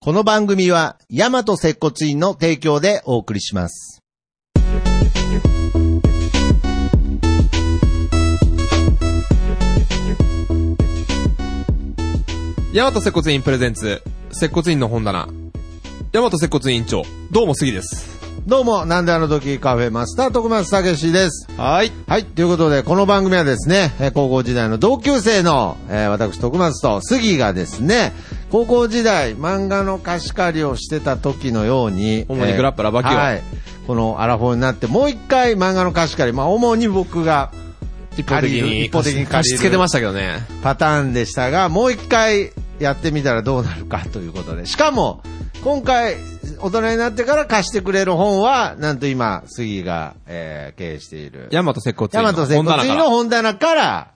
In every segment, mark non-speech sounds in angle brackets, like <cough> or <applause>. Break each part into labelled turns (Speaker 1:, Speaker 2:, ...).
Speaker 1: この番組は、ヤマト接骨院の提供でお送りします。
Speaker 2: ヤマト接骨院プレゼンツ、接骨院の本棚。ヤマト接骨院長、どうも杉です。
Speaker 1: どうも、なんであの時カフェマスター、徳松武史です。
Speaker 2: はい。
Speaker 1: はい、ということで、この番組はですね、えー高校時代の同級生の、えー私、徳松と杉がですね、高校時代、漫画の貸し借りをしてた時のように、
Speaker 2: 主にグラッパラバキを
Speaker 1: はい。このアラフォーになって、もう一回漫画の貸し借り、まあ、主に僕が
Speaker 2: 一方的
Speaker 1: 借りる
Speaker 2: に、
Speaker 1: 一方的に借りる
Speaker 2: 貸し付けてましたけどね。
Speaker 1: パターンでしたが、もう一回やってみたらどうなるかということで、しかも、今回、大人になってから貸してくれる本は、なんと今、杉が、えー経営している。
Speaker 2: ヤマト接骨
Speaker 1: 大
Speaker 2: 院の
Speaker 1: 和
Speaker 2: 本
Speaker 1: 接
Speaker 2: 棚
Speaker 1: 骨
Speaker 2: か
Speaker 1: 院
Speaker 2: ら
Speaker 1: の。本棚から、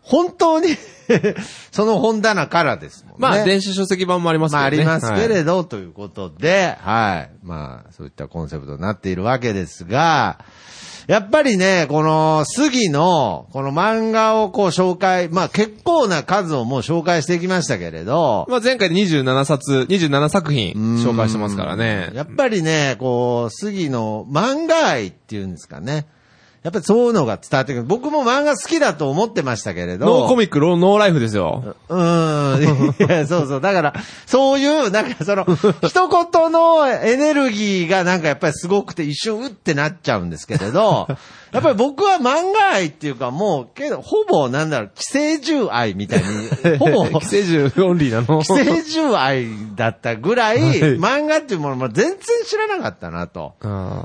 Speaker 1: 本当に、 <laughs> その本棚からですもんね。
Speaker 2: まあ、電子書籍版もありますけ
Speaker 1: ま
Speaker 2: ど
Speaker 1: あ、
Speaker 2: ね。
Speaker 1: ありますけ
Speaker 2: はい
Speaker 1: れど、ということで、はい。まあ、そういったコンセプトになっているわけですが、やっぱりね、この、杉の、この漫画をこう紹介、まあ結構な数をもう紹介してきましたけれど、
Speaker 2: まあ、前回で27冊、27作品紹介してますからね。
Speaker 1: やっぱりね、こう、杉の漫画愛っていうんですかね。やっぱりそういうのが伝わってくる。僕も漫画好きだと思ってましたけれど。
Speaker 2: ノーコミック、ローノーライフですよ。
Speaker 1: うーん。いやそうそう。だから、そういう、なんかそ
Speaker 2: <laughs>
Speaker 1: の、一言のエネルギーがなんかやっぱりすごくて一瞬うってなっちゃうんですけれ
Speaker 2: <laughs>
Speaker 1: ど、やっぱり僕は漫画愛っていうかもう、けど、ほぼなんだろう、寄生獣愛みたい
Speaker 2: <laughs>
Speaker 1: に、ほぼ
Speaker 2: 寄生獣オンリーなの。
Speaker 1: 寄生獣愛だったぐらい、
Speaker 2: い
Speaker 1: 漫画っていうものも全然知らなかったなと。
Speaker 2: あ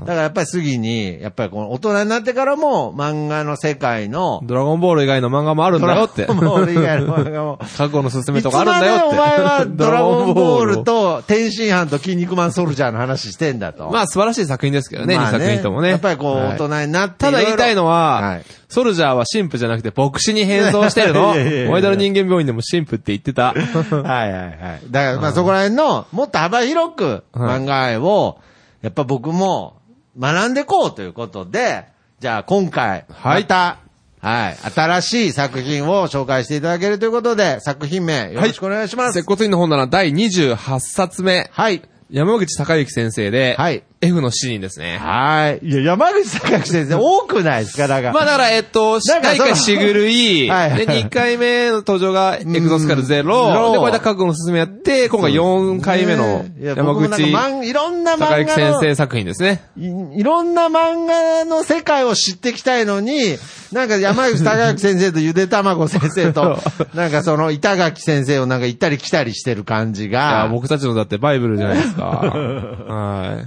Speaker 1: だ
Speaker 2: ー
Speaker 1: からやっぱり杉に、やっぱりこの大人になってからも漫画の世界の、
Speaker 2: ドラゴンボール以外の漫画もあるんだよって。
Speaker 1: もう俺以外の漫画も、
Speaker 2: 過去のすすめとかあるんだよって。
Speaker 1: いつまでお前は
Speaker 2: <laughs>
Speaker 1: ドラゴンボール
Speaker 2: ドラゴンボール
Speaker 1: と天津飯と筋肉マンソルジャーの話してんだと。
Speaker 2: を。 <laughs> まあ素晴らしい作品ですけどね、
Speaker 1: まあ
Speaker 2: 2作品ともね。
Speaker 1: やっぱりこう、
Speaker 2: はい
Speaker 1: 大人になって
Speaker 2: ただ言いたいのは、
Speaker 1: はい
Speaker 2: ソルジャーは神父じゃなくて牧師に変装してるの。
Speaker 1: <laughs> いやいやいやいや
Speaker 2: おいだの人間病院でも神父って言ってた。
Speaker 1: ろいろはいはいはい。だからまあそこら辺の、もっと幅広く
Speaker 2: はい
Speaker 1: 漫画愛を、やっぱ僕も学んでこうということで、じゃあ今回、
Speaker 2: は
Speaker 1: ま
Speaker 2: い
Speaker 1: た、はい、新しい作品を紹介していただけるということで、作品名よろしくお願いします。
Speaker 2: 接骨院の本棚第28冊目。
Speaker 1: はい。
Speaker 2: 山口孝之先生で、
Speaker 1: はい
Speaker 2: F の7人ですね。
Speaker 1: はい。いや、山口孝之先生多くないですかだから。
Speaker 2: まあだから、えっと、
Speaker 1: なんか
Speaker 2: 第1回シグル E、
Speaker 1: はいはい
Speaker 2: で、2回目の登場がエクゾスカルゼ
Speaker 1: うんゼロ
Speaker 2: ロで、こういった覚悟の進めやって、今回4回目の
Speaker 1: ねえいや
Speaker 2: 山
Speaker 1: 僕もなんか
Speaker 2: 口
Speaker 1: 漫いろんな漫
Speaker 2: 孝之
Speaker 1: 画
Speaker 2: 先
Speaker 1: の
Speaker 2: 生作品ですね。
Speaker 1: い、いろんな漫画の世界を知っていきたいのに、なんか山口孝之先生とゆでたまご先生
Speaker 2: <laughs>
Speaker 1: と、なんかその板垣先生をなんか行ったり来たりしてる感じ
Speaker 2: いや
Speaker 1: が、
Speaker 2: 僕たちのだってバイブルじゃないです
Speaker 1: <laughs>
Speaker 2: か。はい。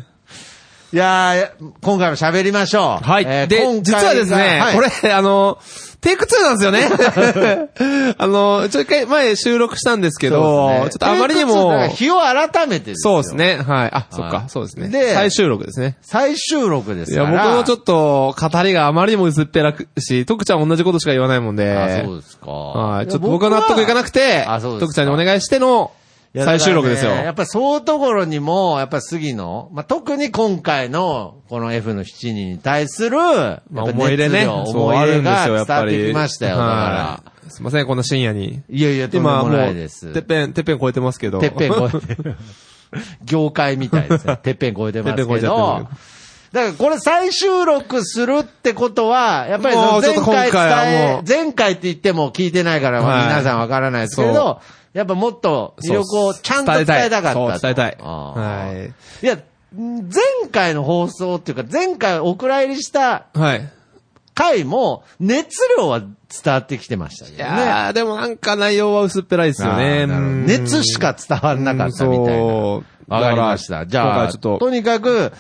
Speaker 1: いやー今回も喋りましょう。
Speaker 2: はい。
Speaker 1: えー
Speaker 2: で、
Speaker 1: 今回が
Speaker 2: 実はですね、
Speaker 1: はい
Speaker 2: これ、あの、テイク2なんですよ <laughs> ね。あの、ちょ、一回前収録したんですけ
Speaker 1: そ
Speaker 2: ど、
Speaker 1: うですね
Speaker 2: ちょっとあまりに
Speaker 1: ということでだから
Speaker 2: も、
Speaker 1: 日を改めてです
Speaker 2: そう
Speaker 1: よ
Speaker 2: です。ね。はい。あ、そっか、そうですね。
Speaker 1: で
Speaker 2: 最終録ですね。
Speaker 1: 最終録です
Speaker 2: い
Speaker 1: か
Speaker 2: や、
Speaker 1: ら。
Speaker 2: 僕もちょ
Speaker 1: と。
Speaker 2: っと、語りがあまりにも薄っぺらくし、徳ちゃん同じことしか言わないもんで、
Speaker 1: あ、そうですか。
Speaker 2: はい。ちょっと僕は納得いかなくて
Speaker 1: あそうで、すか
Speaker 2: 徳ちゃんにお願いしての、
Speaker 1: いや
Speaker 2: 最終録です
Speaker 1: だ。
Speaker 2: よ
Speaker 1: からねやっぱりそういうところにも、やっぱ杉野、まあ、特に今回の、この F の7人に対する、やっぱ
Speaker 2: まあ、思い入れね。そう
Speaker 1: 思い
Speaker 2: あ
Speaker 1: 入
Speaker 2: る
Speaker 1: れ
Speaker 2: んです
Speaker 1: が
Speaker 2: よ、や
Speaker 1: 伝
Speaker 2: っぱ
Speaker 1: わっ
Speaker 2: り。
Speaker 1: てきましたよ、だか
Speaker 2: はい。すいません、こんな深夜に。
Speaker 1: ら。いやいや、とんで
Speaker 2: 今
Speaker 1: も
Speaker 2: も、
Speaker 1: ないうです。
Speaker 2: てっぺん、てっぺん越えてますけど。
Speaker 1: てっぺん越
Speaker 2: <laughs>
Speaker 1: えて、業界みたいですね。てっぺん越えてます
Speaker 2: てっぺん
Speaker 1: け
Speaker 2: 越えちゃって
Speaker 1: ど
Speaker 2: る、
Speaker 1: だからこれ再収録するってことは、やっぱりそ
Speaker 2: も
Speaker 1: の
Speaker 2: うちょ
Speaker 1: 前
Speaker 2: っと今
Speaker 1: 回
Speaker 2: 回はも
Speaker 1: 伝え
Speaker 2: う、
Speaker 1: 前回って言っても聞いてないから
Speaker 2: はい
Speaker 1: 皆さんわからないですけ
Speaker 2: そ
Speaker 1: ど、やっぱもっと魅力をちゃんと伝えたかったと。
Speaker 2: そう伝えたい。
Speaker 1: あ
Speaker 2: は
Speaker 1: ー
Speaker 2: い。
Speaker 1: いや、前回の放送っていうか、前回お蔵入りした
Speaker 2: はい。
Speaker 1: 回も、熱量は伝わってきてましたけど
Speaker 2: い
Speaker 1: ね。
Speaker 2: やーでもなんか内容は薄っぺらいですよね。
Speaker 1: あーなるほど
Speaker 2: うん
Speaker 1: 熱しか伝わんなかったみたいな。
Speaker 2: そう
Speaker 1: わかりました。
Speaker 2: だから
Speaker 1: じゃ
Speaker 2: 今
Speaker 1: あ、
Speaker 2: 回
Speaker 1: ち
Speaker 2: ち
Speaker 1: ょ
Speaker 2: ょ
Speaker 1: っ
Speaker 2: っ
Speaker 1: と。
Speaker 2: と
Speaker 1: とにかく、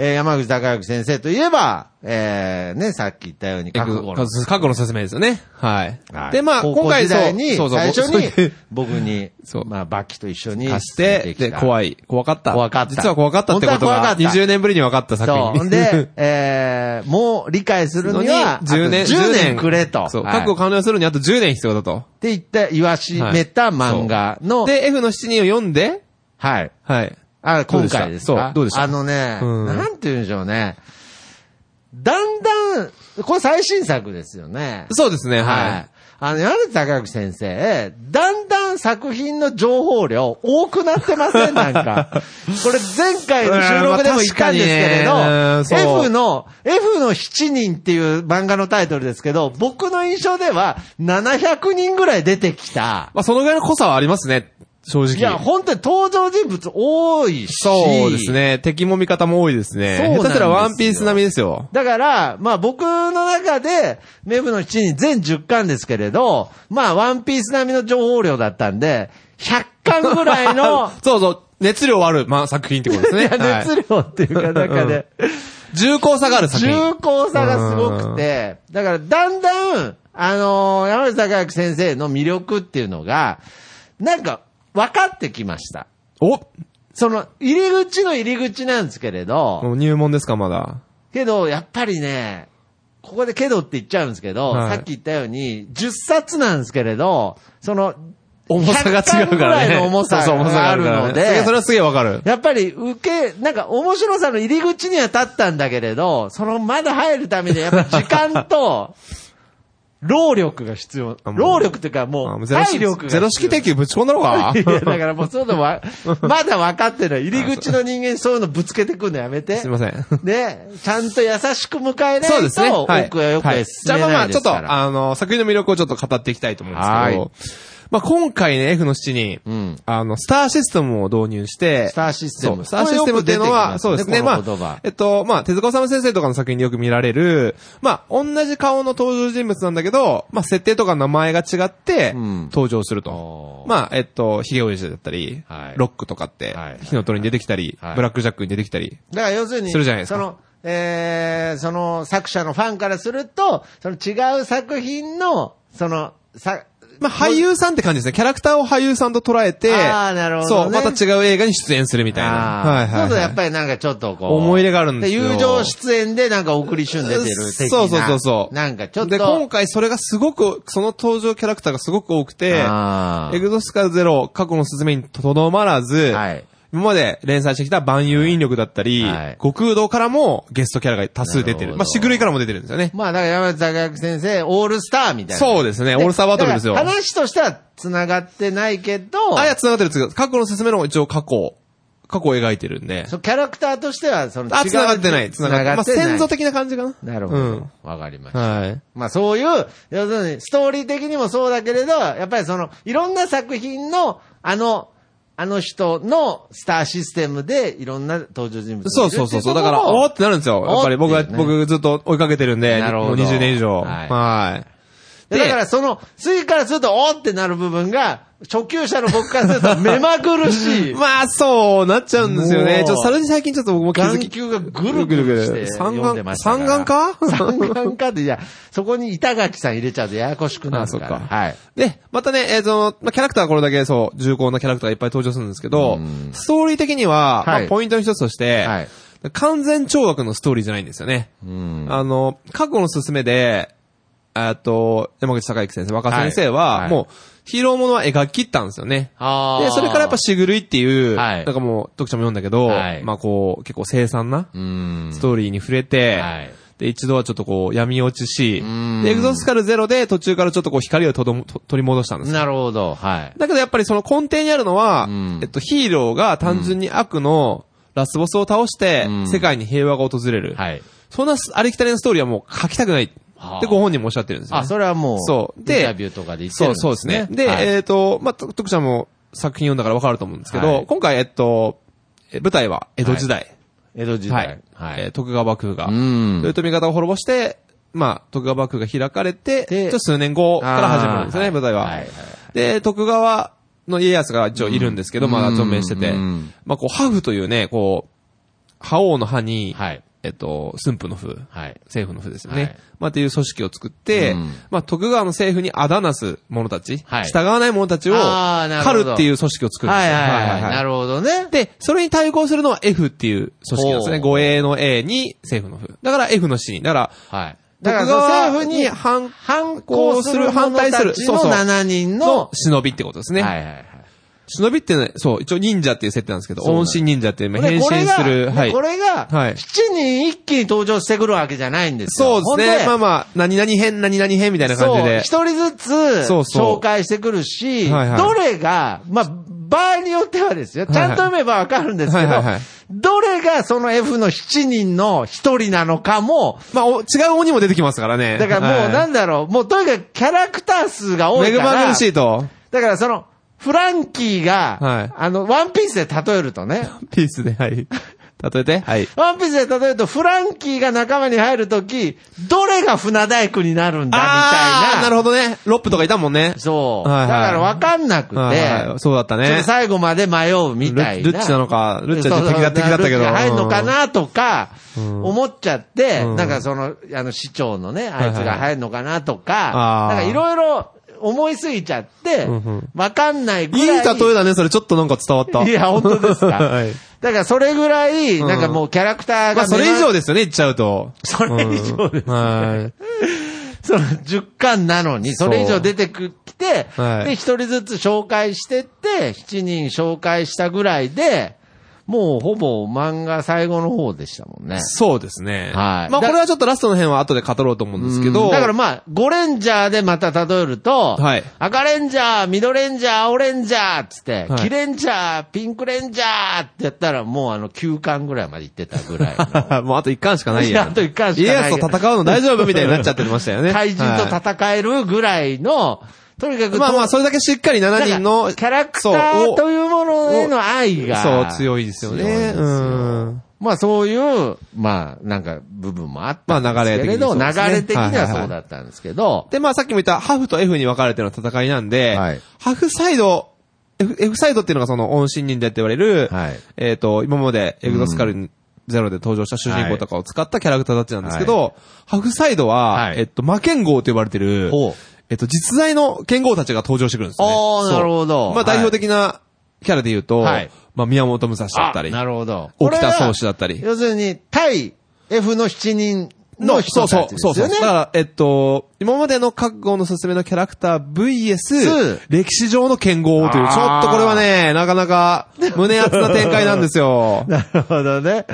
Speaker 1: えー山口孝之先生といえば、えー、ね、さっき言ったように覚悟の。
Speaker 2: 過去の説明ですよね。はい。
Speaker 1: はい
Speaker 2: で、まあ、
Speaker 1: 高校
Speaker 2: 今回
Speaker 1: 時
Speaker 2: そう
Speaker 1: 代に、
Speaker 2: そうそう
Speaker 1: 最初
Speaker 2: 僕それ
Speaker 1: に
Speaker 2: で、
Speaker 1: 僕に、
Speaker 2: <laughs> そう
Speaker 1: まあ、バッキと一緒に、
Speaker 2: 貸して、で、怖
Speaker 1: い。
Speaker 2: い。怖かった。
Speaker 1: 怖かった
Speaker 2: 実は怖かったってこと
Speaker 1: 本当は怖か
Speaker 2: が、
Speaker 1: った
Speaker 2: 20年ぶりに分かった作
Speaker 1: そう。
Speaker 2: 品。
Speaker 1: ほん
Speaker 2: <laughs>
Speaker 1: で、えー、もう理解するには、
Speaker 2: 10年、
Speaker 1: あと10年くれと。
Speaker 2: そう。
Speaker 1: はい
Speaker 2: 覚悟完了するにあと10年必要だと。
Speaker 1: って言った、言わしめた漫画の、
Speaker 2: で、F の7人を読んで、
Speaker 1: はい。
Speaker 2: はい。
Speaker 1: あ、
Speaker 2: ど
Speaker 1: 今
Speaker 2: うでした
Speaker 1: 回ですか
Speaker 2: そうどうでした
Speaker 1: あのね、
Speaker 2: うん
Speaker 1: なんて言うんでしょうね。だんだん、これ最新作ですよね。
Speaker 2: そうですね、は
Speaker 1: い。
Speaker 2: い。
Speaker 1: あの、柳田隆先生、だんだん作品の情報量多くなってませんなん
Speaker 2: <laughs>
Speaker 1: か。これ前回の収録でも言ったんですけれ
Speaker 2: うんまあ確かにねうん
Speaker 1: ど、
Speaker 2: そう
Speaker 1: F の、F の7人っていう漫画のタイトルですけど、僕の印象では700人ぐらい出てきた。
Speaker 2: まあ、そのぐらいの濃さはありますね。正直。
Speaker 1: いや、本当に登場人物多いし。
Speaker 2: そうですね。敵も味方も多いですね。
Speaker 1: そうなんですよ
Speaker 2: 下手したらワンピース並みですよ。
Speaker 1: だから、まあ僕の中で、メブの7人全10巻ですけれど、まあワンピース並みの情報量だったんで、100巻ぐらい <laughs> の
Speaker 2: そうそう。熱量ある、まあ、作品ってことですね。はい、
Speaker 1: 熱量っていうか、中で、
Speaker 2: 重厚さがある作品。
Speaker 1: 重厚さがすごくて、だからだんだん、あのー山口孝之先生の魅力っていうのが、なんか分かってきました。
Speaker 2: お
Speaker 1: その、入り口の入り口なんですけれど、
Speaker 2: もう入門ですか、まだ。
Speaker 1: けど、やっぱりね、ここでけどって言っちゃうんですけど、
Speaker 2: はい
Speaker 1: さっき言ったように、10冊なんですけれど、その、
Speaker 2: 重さが違うからね。
Speaker 1: 100巻ぐらいの重さ
Speaker 2: そうそう重さが
Speaker 1: が
Speaker 2: あ
Speaker 1: あ
Speaker 2: る
Speaker 1: る
Speaker 2: からね
Speaker 1: ので
Speaker 2: それそれはすげえわかる。
Speaker 1: やっぱり受け、なんか面白さの入り口には立ったんだけれど、そのまだ入るためにはやっぱ時間
Speaker 2: <laughs>
Speaker 1: と、労力が必要。
Speaker 2: あもう
Speaker 1: 労力っていうかも
Speaker 2: あ
Speaker 1: う、
Speaker 2: ゼロ
Speaker 1: 体力が必要。
Speaker 2: 式、ゼロ式定球ぶち込んだろうか
Speaker 1: いや、だからもうそういうの
Speaker 2: <laughs>
Speaker 1: わ、まだ分かってない。入り口の人間にそういうのぶつけてくんのやめて。
Speaker 2: すいません。
Speaker 1: ね、ちゃんと優しく迎えないと、
Speaker 2: そうですね。はい。
Speaker 1: 奥はよく
Speaker 2: は
Speaker 1: へ
Speaker 2: い
Speaker 1: 進
Speaker 2: じ
Speaker 1: め
Speaker 2: ゃあまあま
Speaker 1: ない
Speaker 2: あ、
Speaker 1: で
Speaker 2: ちょ
Speaker 1: す
Speaker 2: っと、
Speaker 1: から。
Speaker 2: あの、作品の魅力をちょっと語っていきたいと思うんですけ
Speaker 1: はい
Speaker 2: ど、まあ今回ね、F の7人、
Speaker 1: うん
Speaker 2: あの、スターシステムを導入して、
Speaker 1: スターシステ
Speaker 2: そう
Speaker 1: ム。
Speaker 2: スターシステムっていうのは、そうですね。ま
Speaker 1: ま
Speaker 2: あ
Speaker 1: あ、、
Speaker 2: えっと、まあ、手塚治虫先生とかの作品でよく見られる、まあ、同じ顔の登場人物なんだけど、まあ、設定とか名前が違って、
Speaker 1: うん
Speaker 2: 登場すると
Speaker 1: お。ー
Speaker 2: まあ、えっと、ヒゲおじだったり、
Speaker 1: はい
Speaker 2: ロックとかって
Speaker 1: はい、
Speaker 2: 火の鳥に出てきたり
Speaker 1: はい、
Speaker 2: ブラックジャックに出てきたり、
Speaker 1: だから要するに、
Speaker 2: するじゃないですか
Speaker 1: その、えー、その作者のファンからすると、その違う作品の、その、さ、
Speaker 2: まあ、俳優さんって感じですね。キャラクターを俳優さんと捉えて、
Speaker 1: あーなるほ
Speaker 2: そ
Speaker 1: ど
Speaker 2: う、
Speaker 1: ね
Speaker 2: また違う映画に出演するみたいな。はいはい、はい。
Speaker 1: そうするとやっぱりなんかちょっとこう。
Speaker 2: 思い入れがあるんですよ
Speaker 1: 友情出演でなんか送り旬出てる的な。
Speaker 2: そうそうそうそう。
Speaker 1: なんかちょっと。
Speaker 2: で、今回それがすごく、その登場キャラクターがすごく多くて、
Speaker 1: あー
Speaker 2: エグゾスカルゼロ、過去のスズメにとどまらず、
Speaker 1: はい
Speaker 2: 今まで連載してきた万有引力だったり、
Speaker 1: はい
Speaker 2: 悟空道からもゲストキャラが多数出
Speaker 1: なる
Speaker 2: てる。
Speaker 1: ほど
Speaker 2: まあ、しぐるいからも出てるんですよね。
Speaker 1: まあだから山口孝之先生、オールスターみたいな。
Speaker 2: そうですねオールスターバトルですよ
Speaker 1: だから話としては繋がってないけど、
Speaker 2: あいや、繋がってるんですけど、過去のすずめの一応過去、過去を描いてるんで。
Speaker 1: そのキャラクターとしては、その
Speaker 2: あ、
Speaker 1: 違う
Speaker 2: 繋がってない。
Speaker 1: 繋
Speaker 2: 繋がってない。
Speaker 1: が
Speaker 2: まあ、
Speaker 1: ってない。
Speaker 2: 先祖的な感じかな。
Speaker 1: なるほ
Speaker 2: うん
Speaker 1: ど。わ、かりました。
Speaker 2: はい。
Speaker 1: まあそういう、要するにストーリー的にもそうだけれど、やっぱりその、いろんな作品の、あの、あの人のスターシステムでいろんな登場人物
Speaker 2: そう
Speaker 1: がいるってい
Speaker 2: そうそうそう。だ
Speaker 1: とこ
Speaker 2: か
Speaker 1: ろ
Speaker 2: ら、
Speaker 1: を
Speaker 2: おーってなるんですよ。やっぱり僕
Speaker 1: おー
Speaker 2: は、
Speaker 1: っていうね
Speaker 2: 僕ずっと追いかけてるんで、
Speaker 1: なる
Speaker 2: もう
Speaker 1: ほど
Speaker 2: 20年以上。
Speaker 1: はい
Speaker 2: はい。
Speaker 1: でだからその、次からすると、おーってなる部分が、初級者の僕からする
Speaker 2: <laughs>
Speaker 1: と目まぐるしい。
Speaker 2: まあ、そうなっちゃうんですよね。
Speaker 1: もう
Speaker 2: ちょっと、それで最近ちょっと僕も気づ
Speaker 1: 眼
Speaker 2: き。
Speaker 1: 球がぐるぐるして
Speaker 2: 三
Speaker 1: 読んでま
Speaker 2: 眼、
Speaker 1: した
Speaker 2: 三
Speaker 1: から。
Speaker 2: 眼か
Speaker 1: 三眼かって、いや、そこに板垣さん入れちゃうとややこしくな
Speaker 2: あ、
Speaker 1: る
Speaker 2: そっ
Speaker 1: から。
Speaker 2: か。
Speaker 1: はい。。
Speaker 2: で、ま <laughs> たね、えーその、まあ、キャラクターはこれだけ、そう、重厚なキャラクターがいっぱい登場するんですけど、ストーリー的には、まあ
Speaker 1: はい
Speaker 2: ポイントの一つとして、
Speaker 1: はい
Speaker 2: 完全懲悪のストーリーじゃないんですよね。
Speaker 1: うん。
Speaker 2: あの、過去の勧めで、えっと、山口孝之先生、若先生
Speaker 1: は
Speaker 2: は、
Speaker 1: い
Speaker 2: もう、ヒーローものは描き切ったんですよね。
Speaker 1: あー
Speaker 2: で、それからやっぱ、しぐるいっていう、
Speaker 1: はい
Speaker 2: なんかもう、読者も読んだけど、
Speaker 1: はい
Speaker 2: まあこう、結構凄惨な
Speaker 1: うん
Speaker 2: ス。トーリーに触れて、
Speaker 1: はい
Speaker 2: で、一度はちょっとこう、闇落ちし、
Speaker 1: ん
Speaker 2: でエグゾスカルゼロで途中からちょっとこう、光をとどもと取り戻したんですよ
Speaker 1: なるほど、はい。
Speaker 2: だけどやっぱりその根底にあるのは、
Speaker 1: うん
Speaker 2: えっと、ヒーローが単純に悪のラスボスを倒して、
Speaker 1: うん
Speaker 2: 世界に平和が訪れる。
Speaker 1: はい。
Speaker 2: そんなありきたりのストーリーはもう書きたくない。って
Speaker 1: はあ
Speaker 2: ご本人もおっしゃってるんですよ、ね。
Speaker 1: あ、それはもう、
Speaker 2: そうで
Speaker 1: インタビューとかで言って
Speaker 2: そ
Speaker 1: るん
Speaker 2: う、そうですね。で、
Speaker 1: はい
Speaker 2: えっ、と、まあ、と徳ちゃんも作品読んだからわかると思うんですけど、
Speaker 1: はい
Speaker 2: 今回、えっと、え舞台は江戸時代。
Speaker 1: 江戸時代。はい。
Speaker 2: えー徳川幕府が、
Speaker 1: うん
Speaker 2: 豊臣方を滅ぼして、まあ、徳川幕府が開かれて、ち
Speaker 1: で
Speaker 2: ょっと数年後から始まるんですね、
Speaker 1: あー
Speaker 2: 舞台は、
Speaker 1: はいはい
Speaker 2: で、徳川の家康が一応いるんですけど、まだ存命してて、
Speaker 1: うん
Speaker 2: まあ、こう、ハフというね、こう、覇王の覇に、
Speaker 1: はい。
Speaker 2: えっと、駿府の府。
Speaker 1: はい。
Speaker 2: 政府の府ですよね。
Speaker 1: はい
Speaker 2: まあ、っていう組織を作って、
Speaker 1: うん
Speaker 2: まあ、徳川の政府にあだなす者たち、
Speaker 1: はい
Speaker 2: 従わない者たちを、
Speaker 1: あーなるほど
Speaker 2: 狩るっていう組織を作るんで
Speaker 1: は
Speaker 2: す
Speaker 1: い
Speaker 2: よ。
Speaker 1: はいはい。なるほどね。
Speaker 2: で、それに対抗するのは F っていう組織なんですね。
Speaker 1: ほう
Speaker 2: 護衛の A に政府の府。だから F の C に。だから、
Speaker 1: はい。だから
Speaker 2: 徳
Speaker 1: その
Speaker 2: 川
Speaker 1: 政府に
Speaker 2: 反
Speaker 1: 反抗する、
Speaker 2: 反
Speaker 1: 反
Speaker 2: 対
Speaker 1: 対
Speaker 2: す
Speaker 1: す
Speaker 2: る
Speaker 1: る、
Speaker 2: そうそう
Speaker 1: の7人の、
Speaker 2: の忍びってことですね。
Speaker 1: はいはいはい。
Speaker 2: 忍びってね、そう、一応忍者っていう設定なんですけど、
Speaker 1: そうなん
Speaker 2: 音
Speaker 1: です
Speaker 2: 身忍者っていう、まあ変
Speaker 1: で
Speaker 2: 身
Speaker 1: これが
Speaker 2: する、は
Speaker 1: で
Speaker 2: い
Speaker 1: こ。れが、
Speaker 2: はい
Speaker 1: 7人一気に登場してくるわけじゃないんです
Speaker 2: そ
Speaker 1: よ。
Speaker 2: うですね。ま
Speaker 1: ほ
Speaker 2: あ
Speaker 1: ん
Speaker 2: まあ、何々変、何々変みたいな感
Speaker 1: そ
Speaker 2: じ
Speaker 1: う、
Speaker 2: で。
Speaker 1: 一人ずつ、
Speaker 2: そうそう
Speaker 1: 紹介してくるし、
Speaker 2: はいはい
Speaker 1: どれが、まあ、場合によってはですよ。
Speaker 2: はい
Speaker 1: ち
Speaker 2: は
Speaker 1: ゃ
Speaker 2: い
Speaker 1: んと読めばわかるんですけど、
Speaker 2: はいはいはい
Speaker 1: どれがその F の7人の1人なのかも、
Speaker 2: まあ、お違う鬼も出てきますからね。
Speaker 1: だからもうなんだろう、もうとにかくキャラクター数が多
Speaker 2: はい
Speaker 1: い
Speaker 2: 恵
Speaker 1: か
Speaker 2: まれ
Speaker 1: ら
Speaker 2: る、しと。
Speaker 1: だからその、フランキーが、
Speaker 2: はい
Speaker 1: あの、ワンピースで例えるとね、
Speaker 2: ピースで、はい。例えて。はい。
Speaker 1: ワンピースで例えると、フランキーが仲間に入るとき、どれが船大工になるんだみ
Speaker 2: あ
Speaker 1: たい
Speaker 2: ー
Speaker 1: な。
Speaker 2: なるほどね。ロップとかいたもんね。
Speaker 1: そう。
Speaker 2: はいはい
Speaker 1: だから分かんなくて、
Speaker 2: はいはいそうだった
Speaker 1: ちょっと
Speaker 2: ね。
Speaker 1: 最後まで迷うみたいな。
Speaker 2: ルルッチなのか、ルッチは敵だ敵だったけど。
Speaker 1: ルッチが入るのかなとか、
Speaker 2: うん
Speaker 1: 思っちゃって、
Speaker 2: うん
Speaker 1: なんかその、あの、市長のね、あいつが入るのかなとか、
Speaker 2: あ
Speaker 1: な
Speaker 2: ー
Speaker 1: んかいろいろ思いすぎちゃって
Speaker 2: うんうん、
Speaker 1: 分かんないぐ
Speaker 2: いい
Speaker 1: らい。
Speaker 2: 例えだね、それちょっとなんか伝わった。
Speaker 1: いや、本当ですか。
Speaker 2: はい。
Speaker 1: だからそれぐらい、なんかもうキャラクター
Speaker 2: <laughs> ま
Speaker 1: が
Speaker 2: あ、
Speaker 1: 目の、
Speaker 2: それ以上ですよね、言っちゃうと。
Speaker 1: <laughs> それ以上です
Speaker 2: うんはい。
Speaker 1: その10巻なのに、それ以上出てくきて、
Speaker 2: はい
Speaker 1: で、一人ずつ紹介してって、7人紹介したぐらいで、もうほぼ漫画最後の方でしたもんね。
Speaker 2: そうですね。
Speaker 1: はい
Speaker 2: まあ、
Speaker 1: だ
Speaker 2: これはちょっとラストの辺は後で語ろうと思うんですけど。
Speaker 1: だからまあ、ゴレンジャーでまた例えると、
Speaker 2: はい
Speaker 1: 赤レンジャー、緑レンジャー、青レンジャーっつって、
Speaker 2: はい
Speaker 1: 黄レンジャー、ピンクレンジャーってやったらもうあの9巻ぐらいまで行ってたぐらいの。
Speaker 2: もうあと一巻しかない
Speaker 1: いや
Speaker 2: やん。
Speaker 1: あと一巻しかない
Speaker 2: 家康と戦うの大丈夫みたいになっちゃってましたよ <laughs> ね。
Speaker 1: 怪人と
Speaker 2: は
Speaker 1: 戦えるぐらいの、とにか
Speaker 2: い
Speaker 1: く、
Speaker 2: まあまあ、それだけしっかり7人
Speaker 1: な
Speaker 2: の
Speaker 1: んか、キャラクタ
Speaker 2: そう
Speaker 1: ー
Speaker 2: を
Speaker 1: というものへの愛が。
Speaker 2: そう、強いですよね。
Speaker 1: 強いんですよ
Speaker 2: うん。
Speaker 1: まあそういう、まあなんか部分もあったんで
Speaker 2: まあ流
Speaker 1: す
Speaker 2: れ
Speaker 1: け
Speaker 2: 的
Speaker 1: れ
Speaker 2: に
Speaker 1: ど、
Speaker 2: そうですね
Speaker 1: 流れ的に
Speaker 2: は
Speaker 1: はい
Speaker 2: はいはい
Speaker 1: そうだったんですけど、
Speaker 2: で、まあさっきも言った、ハフと F に分かれての戦いなんで、
Speaker 1: はい
Speaker 2: ハフサイド、F, F サイドっていうのがその、音信人でって言われる、
Speaker 1: はい
Speaker 2: えっ、と、今までエグゾスカルゼロで登場した主人公とかを使ったキャラクターたちなんですけど、ハフサイドは、
Speaker 1: はい
Speaker 2: えっと、魔剣豪と呼ばれてる
Speaker 1: ほう、
Speaker 2: えっと、実在の剣豪たちが登場してくるんですね。
Speaker 1: おー
Speaker 2: そう
Speaker 1: なるほど
Speaker 2: まあ代表的なキャラで言うと、
Speaker 1: はい
Speaker 2: まあ宮本武蔵だったり、
Speaker 1: なるほど。
Speaker 2: 沖田
Speaker 1: これが
Speaker 2: 総司だったり
Speaker 1: 要するに、対 F の7人の
Speaker 2: の、そ
Speaker 1: 人た
Speaker 2: うそう
Speaker 1: ち、です
Speaker 2: そう
Speaker 1: よ
Speaker 2: そう。
Speaker 1: ね
Speaker 2: だ。から、えっと、今までの覚悟のすすめのキャラクター VS
Speaker 1: す、
Speaker 2: 歴史上の剣豪という、
Speaker 1: あー。
Speaker 2: ちょっとこれはね、なかなか胸熱な展開なんですよ
Speaker 1: なるほどね。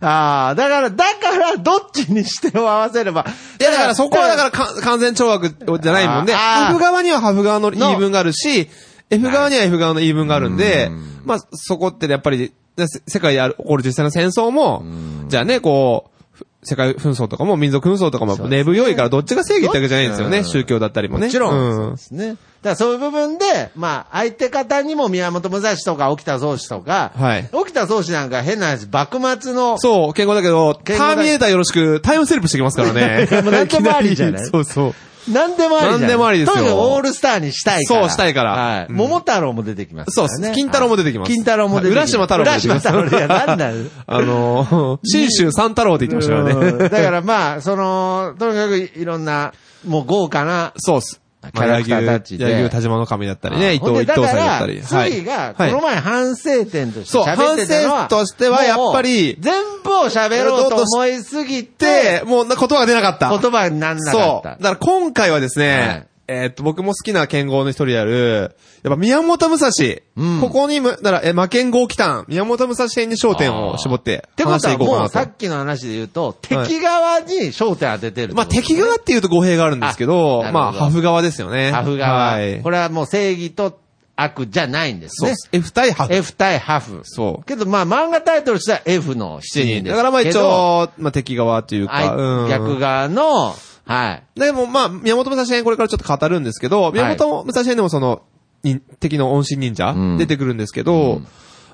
Speaker 1: ああ、だから、だから、どっちにしても合わせれば。
Speaker 2: <laughs> いや、だからそこはだからか完全懲悪じゃないもんで、
Speaker 1: あーあー
Speaker 2: ハフ側にはハフ側の言
Speaker 1: の
Speaker 2: い分があるし、F 側には F 側の言い分があるんで、まあ、そこってやっぱり、せ世界である起こる実際の戦争も、じゃあね、こう、ふ世界紛争とかも民族紛争とかも根強いからどっちが正義ってわけじゃないんですよ
Speaker 1: う
Speaker 2: ね。
Speaker 1: ん
Speaker 2: 宗教だったりもね。
Speaker 1: もちろん、
Speaker 2: う
Speaker 1: そうですね。だからそういう部分で、まあ、相手方にも宮本武蔵とか沖田総司とか、
Speaker 2: はい
Speaker 1: 沖田総司なんか変な話、幕末の、
Speaker 2: そう、健康だけど、タ
Speaker 1: 健康だ
Speaker 2: ーミネーターよろしく、タイムスリップしてきますからね。
Speaker 1: もう何でもありじゃない
Speaker 2: <laughs> そうそう。
Speaker 1: なんでもありじゃん。
Speaker 2: なんでもありですよ
Speaker 1: とにかくオールスターにしたいから。
Speaker 2: そうしたいから
Speaker 1: はい。
Speaker 2: うん
Speaker 1: 桃太郎も出てきますから、ね。
Speaker 2: そうです金太郎も出てきます
Speaker 1: はい金太郎も出てきます。
Speaker 2: 浦島太郎も出てきます
Speaker 1: 浦島太郎。いや、なんだ
Speaker 2: <laughs>
Speaker 1: よ。
Speaker 2: あのー、新州三太郎って言ってましたから
Speaker 1: <laughs> うんだ
Speaker 2: ね。
Speaker 1: からまあ、その、とにかくいろんな、もう豪華な、
Speaker 2: そうっす。
Speaker 1: キャラクターたちで
Speaker 2: まあ柳生柳生田島の神だったりね、伊
Speaker 1: ほん
Speaker 2: 藤、
Speaker 1: で
Speaker 2: 伊藤さんだったり。
Speaker 1: だから、次が、この前反省点として
Speaker 2: そう
Speaker 1: 喋ってたのは、
Speaker 2: 反省としてはやっぱり
Speaker 1: もう全部を喋ろうと思いすぎ
Speaker 2: で
Speaker 1: て、、
Speaker 2: もうな言葉が出なかった。
Speaker 1: 言葉になんなかった
Speaker 2: そう。だ。から今回はですね、えーっと、僕も好きな剣豪の一人である、やっぱ宮本武蔵。
Speaker 1: うん
Speaker 2: ここにむ、だから、え、魔剣豪来たん、宮本武蔵編に焦点を絞って
Speaker 1: ってこ
Speaker 2: 話し
Speaker 1: と
Speaker 2: て
Speaker 1: はい
Speaker 2: こうか
Speaker 1: もう
Speaker 2: な
Speaker 1: さ
Speaker 2: と。
Speaker 1: っきの話で言うと、
Speaker 2: はい
Speaker 1: 敵側に焦点当ててるってこと。
Speaker 2: まあ、敵側っていうと語弊があるんですけど、
Speaker 1: あなるほ
Speaker 2: まあ、
Speaker 1: ど
Speaker 2: ハフ側ですよね。
Speaker 1: ハフ側
Speaker 2: はい。。
Speaker 1: これはもう正義と悪じゃないんです
Speaker 2: そう
Speaker 1: ね
Speaker 2: で。す。F 対ハフ。
Speaker 1: F 対ハフ。
Speaker 2: そう
Speaker 1: けどまあ漫画タイトルとしては F の7人ですけど。
Speaker 2: だからまあ一応、まあ敵側というか、う
Speaker 1: 相、
Speaker 2: ん。
Speaker 1: 逆側の、はい。
Speaker 2: でもまあ、宮本武蔵編これからちょっと語るんですけど、宮本武蔵編でもその、に敵の音信忍者、
Speaker 1: うん
Speaker 2: 出てくるんですけど、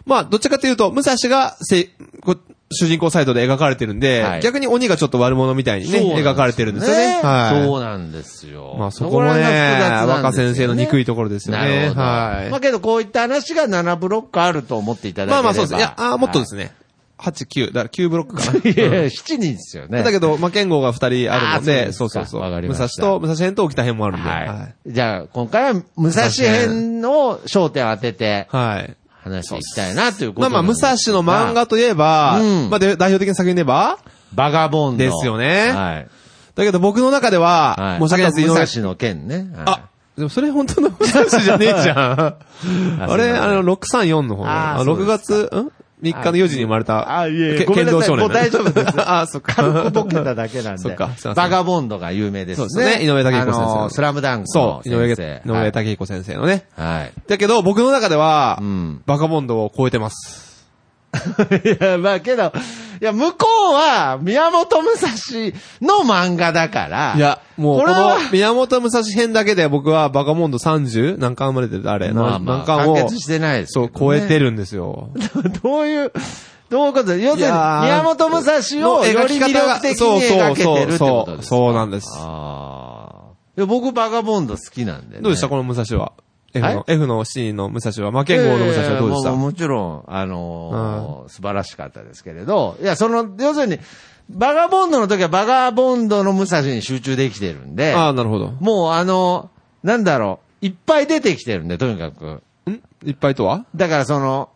Speaker 2: まあ、どっちかというと、武蔵がせ、こ主人公サイドで描かれてるんで、
Speaker 1: はい
Speaker 2: 逆に鬼がちょっと悪者みたいにね、
Speaker 1: そうなんですよ
Speaker 2: 描かれてるんですよね。はい。
Speaker 1: そうなんですよ。
Speaker 2: まあそこもね
Speaker 1: ら辺が複雑なんですよ
Speaker 2: 若先生の憎いところですよね
Speaker 1: なるほど
Speaker 2: はい
Speaker 1: まあけどこういった話が7ブロックあると思っていただければ。。
Speaker 2: まあまあそうですね。いや、あーもっとですすね。8、9、だから9ブロック
Speaker 1: <laughs>
Speaker 2: かな。
Speaker 1: いやいや、7人ですよね。
Speaker 2: だけど、まあ、剣豪が二人あるの
Speaker 1: あー
Speaker 2: で、
Speaker 1: そ
Speaker 2: そうう
Speaker 1: ですか
Speaker 2: そうそう。
Speaker 1: わかり
Speaker 2: 武
Speaker 1: ました
Speaker 2: 蔵と、武蔵編と沖田編もあるんで。は。
Speaker 1: はいい。じゃあ、今回は武蔵編の焦点を当てて
Speaker 2: はい。
Speaker 1: 話していきたいなということ
Speaker 2: まあまあ、武蔵の漫画といえば、
Speaker 1: うん
Speaker 2: まあ、で代表的な作品で言えば、
Speaker 1: バガボンド。
Speaker 2: ですよね
Speaker 1: はい。
Speaker 2: だけど僕の中では、
Speaker 1: はい。
Speaker 2: 申し訳ないです、井
Speaker 1: あと
Speaker 2: 上
Speaker 1: 武蔵の剣ね。はい
Speaker 2: あ、でもそれ本当の話じゃね
Speaker 1: <laughs>
Speaker 2: えじゃん。 <laughs> あれ、あの、634の方ね。
Speaker 1: あー
Speaker 2: あ
Speaker 1: そう
Speaker 2: 6
Speaker 1: です
Speaker 2: 月、ん ?3 日の4時に生まれた。
Speaker 1: あ、いえいえ、
Speaker 2: け
Speaker 1: ごめんな
Speaker 2: 剣道
Speaker 1: さい。
Speaker 2: 少年
Speaker 1: もう大丈夫です。
Speaker 2: あー、そっか。
Speaker 1: 軽くボケただけなん
Speaker 2: そっ
Speaker 1: で
Speaker 2: かすいませ。ん
Speaker 1: バガボンドが有名ですね。
Speaker 2: そうですね井上武彦先生
Speaker 1: あのスラムダンクの
Speaker 2: <laughs> そう、井上、井
Speaker 1: 先生。
Speaker 2: 上武彦先生のね。
Speaker 1: はい。はい。
Speaker 2: だけど、僕の中では
Speaker 1: う、ん。
Speaker 2: バカボンドを超えてます。
Speaker 1: <laughs> いや、まあけど、いや、向こうは、宮本武蔵の漫画だから、
Speaker 2: いや、もう、
Speaker 1: こ
Speaker 2: こ
Speaker 1: れは
Speaker 2: の、宮本武蔵編だけで僕はバカボンド 30? 何巻まで出たあれ、
Speaker 1: まあ
Speaker 2: 何
Speaker 1: まあ、
Speaker 2: 何巻を
Speaker 1: 完、結してないですけ
Speaker 2: そ
Speaker 1: ど
Speaker 2: う
Speaker 1: ね、
Speaker 2: 超えてるんですよ。
Speaker 1: どういう、どういうこと要するに、
Speaker 2: いやー
Speaker 1: 宮本武蔵をより魅力的に描けてるってことですか
Speaker 2: そうそうそうそうなんです
Speaker 1: あーで僕、バガボンド好きなんで、ね。
Speaker 2: どうでしたこの武蔵は。F
Speaker 1: はい
Speaker 2: の、F のシーンの武蔵は、魔剣豪の武蔵はどうでし
Speaker 1: いやいやいやも
Speaker 2: た
Speaker 1: もちろん、あのー素晴らしかったですけれど、いや、その、要するに、バガボンドの時はバガボンドの武蔵に集中できてるんで、
Speaker 2: ああ、なるほど。
Speaker 1: もうあのーなんだろう、いっぱい出てきてるんで、とにかく。
Speaker 2: んいっぱいとは
Speaker 1: だからその、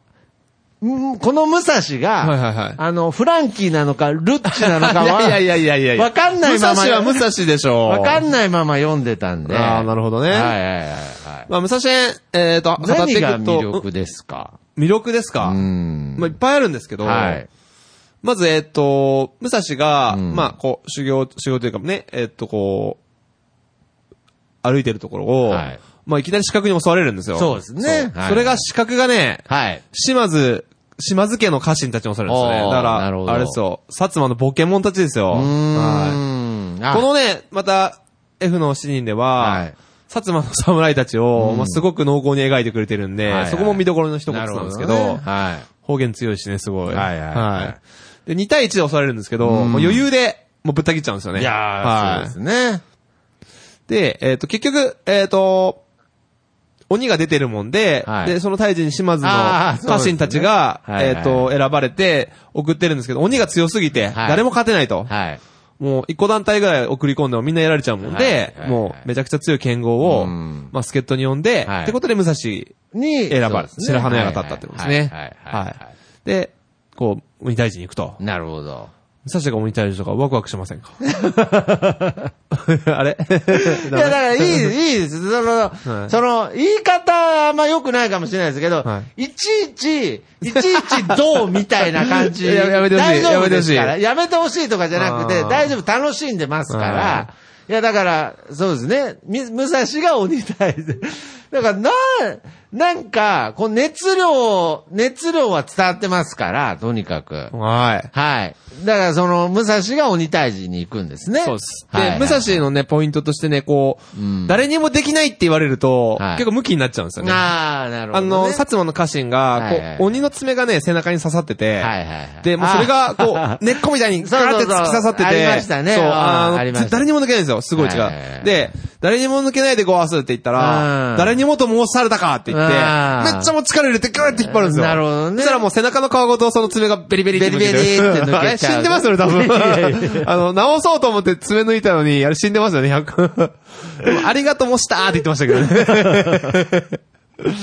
Speaker 1: んこの武蔵が、
Speaker 2: はいはいはい
Speaker 1: あの、フランキーなのか、ルッチなのかは、
Speaker 2: や <laughs> いやいや
Speaker 1: わかんない
Speaker 2: 武
Speaker 1: まま
Speaker 2: 蔵は武蔵でしょう。
Speaker 1: わか
Speaker 2: い。
Speaker 1: んないまま読んでたんで。
Speaker 2: ああ、なるほどね。
Speaker 1: はいはいはいはい。
Speaker 2: まあ、武蔵編、えっ、と、語ってい
Speaker 1: 何
Speaker 2: くと。
Speaker 1: が魅
Speaker 2: うん
Speaker 1: 力ですか
Speaker 2: 魅力です
Speaker 1: う
Speaker 2: か、
Speaker 1: ん。
Speaker 2: まあ、いっぱいあるんですけど、
Speaker 1: はい。
Speaker 2: まず、えっ、と、武蔵が、
Speaker 1: うん
Speaker 2: まあ、こう、修行、修行というかね、えっ、と、こう、歩いてるところを、
Speaker 1: はい
Speaker 2: まあ、いきなり四角に襲われるんですよ。
Speaker 1: そうですね
Speaker 2: そう
Speaker 1: はい
Speaker 2: それが四角がね、
Speaker 1: はい。
Speaker 2: 島津、島津家の家臣たちに襲われるんです
Speaker 1: お
Speaker 2: ね。
Speaker 1: ー
Speaker 2: だか
Speaker 1: なるほ
Speaker 2: ら、
Speaker 1: ど
Speaker 2: あれですよ、薩摩のポケモンたちですよ。
Speaker 1: うー
Speaker 2: はい
Speaker 1: ん。あ
Speaker 2: このね、また、F の7人では、
Speaker 1: はい
Speaker 2: 薩摩の <laughs> 侍たちを、まあ、すごく濃厚に描いてくれてるんで、
Speaker 1: はいはい
Speaker 2: そこも見どころの一言なんですけど、
Speaker 1: なるほねは
Speaker 2: 方言強いしね、すごい。
Speaker 1: はいはいはい
Speaker 2: で、2対1で襲われるんですけど、
Speaker 1: うん
Speaker 2: もう余裕で、もうぶった切っちゃうんですよね。
Speaker 1: い。いやー、
Speaker 2: はい。
Speaker 1: そうですね。
Speaker 2: で、えっ、と、結局、えっ、と、鬼が出てるもんで、
Speaker 1: はい
Speaker 2: で、その退治に島津の
Speaker 1: あーそうですね
Speaker 2: 家臣たち
Speaker 1: は
Speaker 2: が、
Speaker 1: いはい
Speaker 2: えっ、と、選ばれて、送ってるんですけど、鬼が強すぎて、
Speaker 1: はい
Speaker 2: 誰も勝てないと。
Speaker 1: はい。
Speaker 2: もう一個団体ぐらい送り込んでもみんなやられちゃうもん
Speaker 1: はい
Speaker 2: で、
Speaker 1: はい
Speaker 2: もうめちゃくちゃ強い剣豪
Speaker 1: う
Speaker 2: を、
Speaker 1: ん
Speaker 2: まあ助っ人に呼んで、
Speaker 1: はい
Speaker 2: ってことで武蔵、
Speaker 1: に、
Speaker 2: 選ばれ
Speaker 1: そうですね
Speaker 2: 白羽の矢が立ったってことですね
Speaker 1: はいはいはいはいは。
Speaker 2: はいで、こう、鬼退治に行くと。
Speaker 1: なるほど。
Speaker 2: 武蔵が鬼退治とかワクワクしませんか <laughs> あれ <laughs>
Speaker 1: いや、だからいい、いいです。その、
Speaker 2: はい
Speaker 1: その、言い方、あんま良くないかもしれないですけど、、
Speaker 2: はい
Speaker 1: ちいち、いちいちどうみたいな感じ。
Speaker 2: <laughs> ややめてほし
Speaker 1: 大
Speaker 2: い
Speaker 1: 丈夫ですから
Speaker 2: やめてほし
Speaker 1: やめてほしいとかじゃなくて、
Speaker 2: あー
Speaker 1: 大丈夫、楽しんでますから。、
Speaker 2: はい
Speaker 1: や、だから、そうですね。み武蔵が鬼退治。 <laughs> だから、な、なんか、こう熱量、熱量は伝わってますから、とにかく。
Speaker 2: はい。
Speaker 1: はい。だから、その、武蔵が鬼退治に行くんですね。
Speaker 2: そうです。
Speaker 1: はいは
Speaker 2: で、
Speaker 1: い
Speaker 2: 武蔵のね、ポイントとしてね、こ
Speaker 1: うん
Speaker 2: う、誰にもできないって言われると
Speaker 1: はい、
Speaker 2: 結構ムキになっちゃうんですよね。
Speaker 1: あ
Speaker 2: あ
Speaker 1: あ、なるほど、ね。
Speaker 2: の、薩摩の家臣
Speaker 1: はいは
Speaker 2: が
Speaker 1: い、
Speaker 2: こう、鬼の爪がね、背中に刺さってて、
Speaker 1: はいはいはい。
Speaker 2: で、もうそれ
Speaker 1: <laughs>
Speaker 2: が、こう、根っこみたいに、ガーって突き刺さっ
Speaker 1: そ
Speaker 2: てて。
Speaker 1: うそうそうありましたね
Speaker 2: そう、
Speaker 1: あーあ
Speaker 2: あ
Speaker 1: りまし
Speaker 2: の、
Speaker 1: た
Speaker 2: 誰にも抜けないんですよ。すごい違。
Speaker 1: はいはいはいう
Speaker 2: で、誰にも抜けないでごわすって言った
Speaker 1: うん
Speaker 2: ら、誰にもと申されたかって言って、め
Speaker 1: あー
Speaker 2: っちゃもう力入れてガーって引っ張るんですよ。
Speaker 1: なるほどね
Speaker 2: そしたらもう背中の皮ごとその爪がベリベリって抜けてる。
Speaker 1: ベリベリって抜けちゃう
Speaker 2: <laughs> あれ死んでますよね、多
Speaker 1: いやいやい
Speaker 2: 分。 <laughs> あの、直そうと思って爪抜いたのに、あれ死んでますよね、100。ありがとうもしたーって言ってましたけ
Speaker 1: <laughs>
Speaker 2: どね。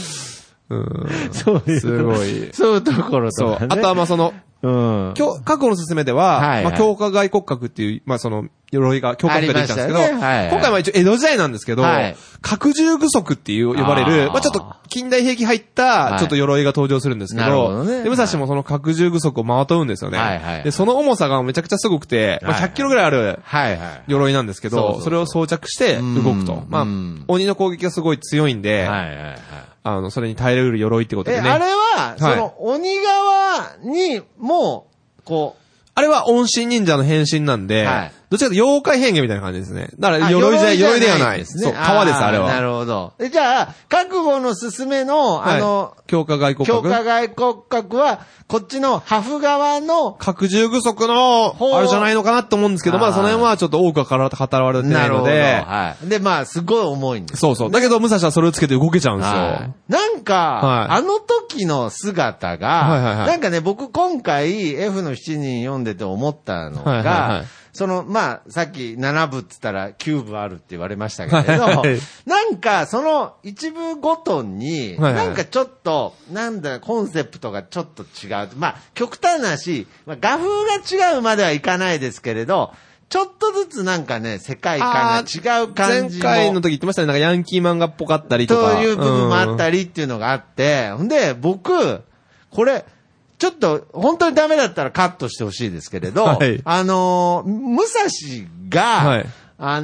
Speaker 2: うん、
Speaker 1: そういう
Speaker 2: すごい。
Speaker 1: そういうところと
Speaker 2: そう。
Speaker 1: か、ね。
Speaker 2: あとはまあその、
Speaker 1: うん。
Speaker 2: 今日、過去のすすめでは、
Speaker 1: はいはい
Speaker 2: まあ、強化外骨格っていう、まあ、その、鎧が、強化外が出てきたんですけど、
Speaker 1: ありましたねはいはい
Speaker 2: 今回は一応江戸時代なんですけど、
Speaker 1: はい
Speaker 2: 拡充具足っていう呼ばれる、
Speaker 1: あー
Speaker 2: まあ、ちょっと近代兵器入っ
Speaker 1: は
Speaker 2: た、
Speaker 1: い
Speaker 2: ちょっと鎧が登場するんですけ
Speaker 1: なるほ
Speaker 2: ど、
Speaker 1: どね
Speaker 2: で、武蔵もその拡充具足をまとうんですよね、
Speaker 1: はいはい
Speaker 2: で、その重さがめちゃくちゃすごくて、まあ、
Speaker 1: はいはい
Speaker 2: 100キロぐらいある
Speaker 1: はいはい。
Speaker 2: 鎧なんですけど、
Speaker 1: そう
Speaker 2: そ
Speaker 1: そうそう
Speaker 2: れを装着して動く
Speaker 1: うん
Speaker 2: と。まあ
Speaker 1: うん、
Speaker 2: 鬼の攻撃がすごい強いん
Speaker 1: は
Speaker 2: で、
Speaker 1: いはいはい。
Speaker 2: あの、それに耐えれる鎧ってこと
Speaker 1: え、
Speaker 2: でね。
Speaker 1: あれは、
Speaker 2: い
Speaker 1: その、鬼側に、もう、こ
Speaker 2: あれは音神忍者の変身なんで、
Speaker 1: はい
Speaker 2: どっちかというと妖怪変化みたいな感じですね。だか
Speaker 1: う、
Speaker 2: ら鎧じゃ、鎧では
Speaker 1: ん
Speaker 2: ない。
Speaker 1: ですね
Speaker 2: そう、川です、あれ
Speaker 1: ーな
Speaker 2: は。
Speaker 1: るほど。えじゃあ、覚悟のすすめの、あの、
Speaker 2: はい、強化外国
Speaker 1: 強化
Speaker 2: 格
Speaker 1: 外骨格は、こっちの、ハフ側の、
Speaker 2: 拡充不足の
Speaker 1: ほう、
Speaker 2: あれじゃないのかなと思うんですけど、ま
Speaker 1: あ
Speaker 2: あ
Speaker 1: ー
Speaker 2: その辺はちょっと多くは語られてないので、
Speaker 1: はい。で、まあ、すごい重いんです
Speaker 2: そうそう。だけど武蔵はそれをつけて動けちゃうんです
Speaker 1: は
Speaker 2: よ。
Speaker 1: いなんか、
Speaker 2: はい
Speaker 1: あの時の姿が、
Speaker 2: はいはいはい
Speaker 1: なんかね、僕今回 F の7人読んでて思ったのが、
Speaker 2: はいはいはい
Speaker 1: その、まあ、さっき7部って言ったら9部あるって言われましたけれど、
Speaker 2: <laughs> はいはい
Speaker 1: なんかその一部ごとに、
Speaker 2: はいはい
Speaker 1: なんかちょっと、なんだ、コンセプトがちょっと違う。まあ、極端な話、まあ、画風が違うまではいかないですけれど、ちょっとずつなんかね、世界観が違う感
Speaker 2: 前
Speaker 1: じも
Speaker 2: 回の時言ってましたね、なんかヤンキー漫画っぽかったりと
Speaker 1: と
Speaker 2: か。
Speaker 1: いう部分もあっ
Speaker 2: り。
Speaker 1: たりっていうのがあって、ほんで、僕、これ、ちょっと、本当にダメだったらカットしてほしいですけれど、
Speaker 2: はい
Speaker 1: あのー武蔵が、
Speaker 2: はい
Speaker 1: あ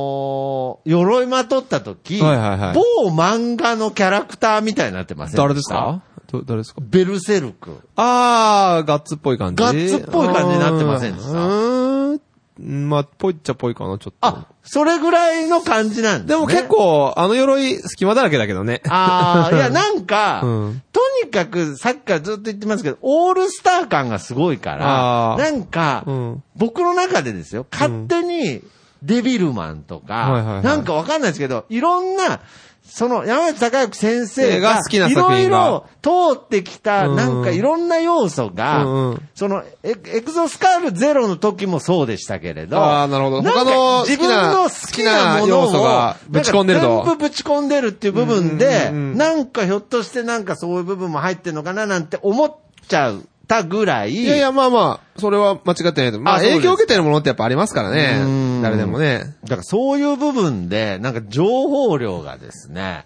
Speaker 1: のー鎧まとった時、
Speaker 2: はいはいはい
Speaker 1: 某漫画のキャラクターみたいになってません
Speaker 2: 誰ですかど誰ですか
Speaker 1: ベルセルク。
Speaker 2: あー、ガッツっぽい感じ。
Speaker 1: ガッツっぽい感じになってませんでした
Speaker 2: うーん。まあ、ぽいっちゃぽいかな、ちょっと。
Speaker 1: あ、それぐらいの感じなんで、
Speaker 2: で
Speaker 1: ね。
Speaker 2: すも結構、あの鎧、隙間だらけだけどね。
Speaker 1: ああ、
Speaker 2: <laughs>
Speaker 1: いや、なんか、
Speaker 2: うん
Speaker 1: とにかく、さっきからずっと言ってますけど、オールスター感がすごいから、
Speaker 2: あー
Speaker 1: なんか、
Speaker 2: うん
Speaker 1: 僕の中でですよ、勝手に、デビルマンとか、
Speaker 2: はいはいはい
Speaker 1: なんかわかんないですけど、いろんな、その、山内孝之先生
Speaker 2: 映
Speaker 1: が
Speaker 2: 画好きない作
Speaker 1: ろい
Speaker 2: 品が
Speaker 1: ろ通ってきた、
Speaker 2: うん
Speaker 1: なんかいろんな要素が、
Speaker 2: うんうん
Speaker 1: そのエ、エクゾスカールゼロの時もそうでしたけれど、
Speaker 2: あーなるほど
Speaker 1: んか
Speaker 2: 他の
Speaker 1: 自分の好きなも
Speaker 2: 好きな
Speaker 1: の
Speaker 2: 要
Speaker 1: を
Speaker 2: 素がぶち込んでると
Speaker 1: なか全部ぶち込んでるっていう部分で、
Speaker 2: うんうんうん
Speaker 1: なんかひょっとしてなんかそういう部分も入ってるのかななんて思っちゃったぐらい、
Speaker 2: いやいや、まあまあ、それは間違ってないと。ま
Speaker 1: あ
Speaker 2: あ、
Speaker 1: そうです
Speaker 2: 影響を受けてるものってやっぱありますから
Speaker 1: うー
Speaker 2: ね
Speaker 1: ん。
Speaker 2: 誰でもね。
Speaker 1: だからそういう部分で、なんか情報量がですね、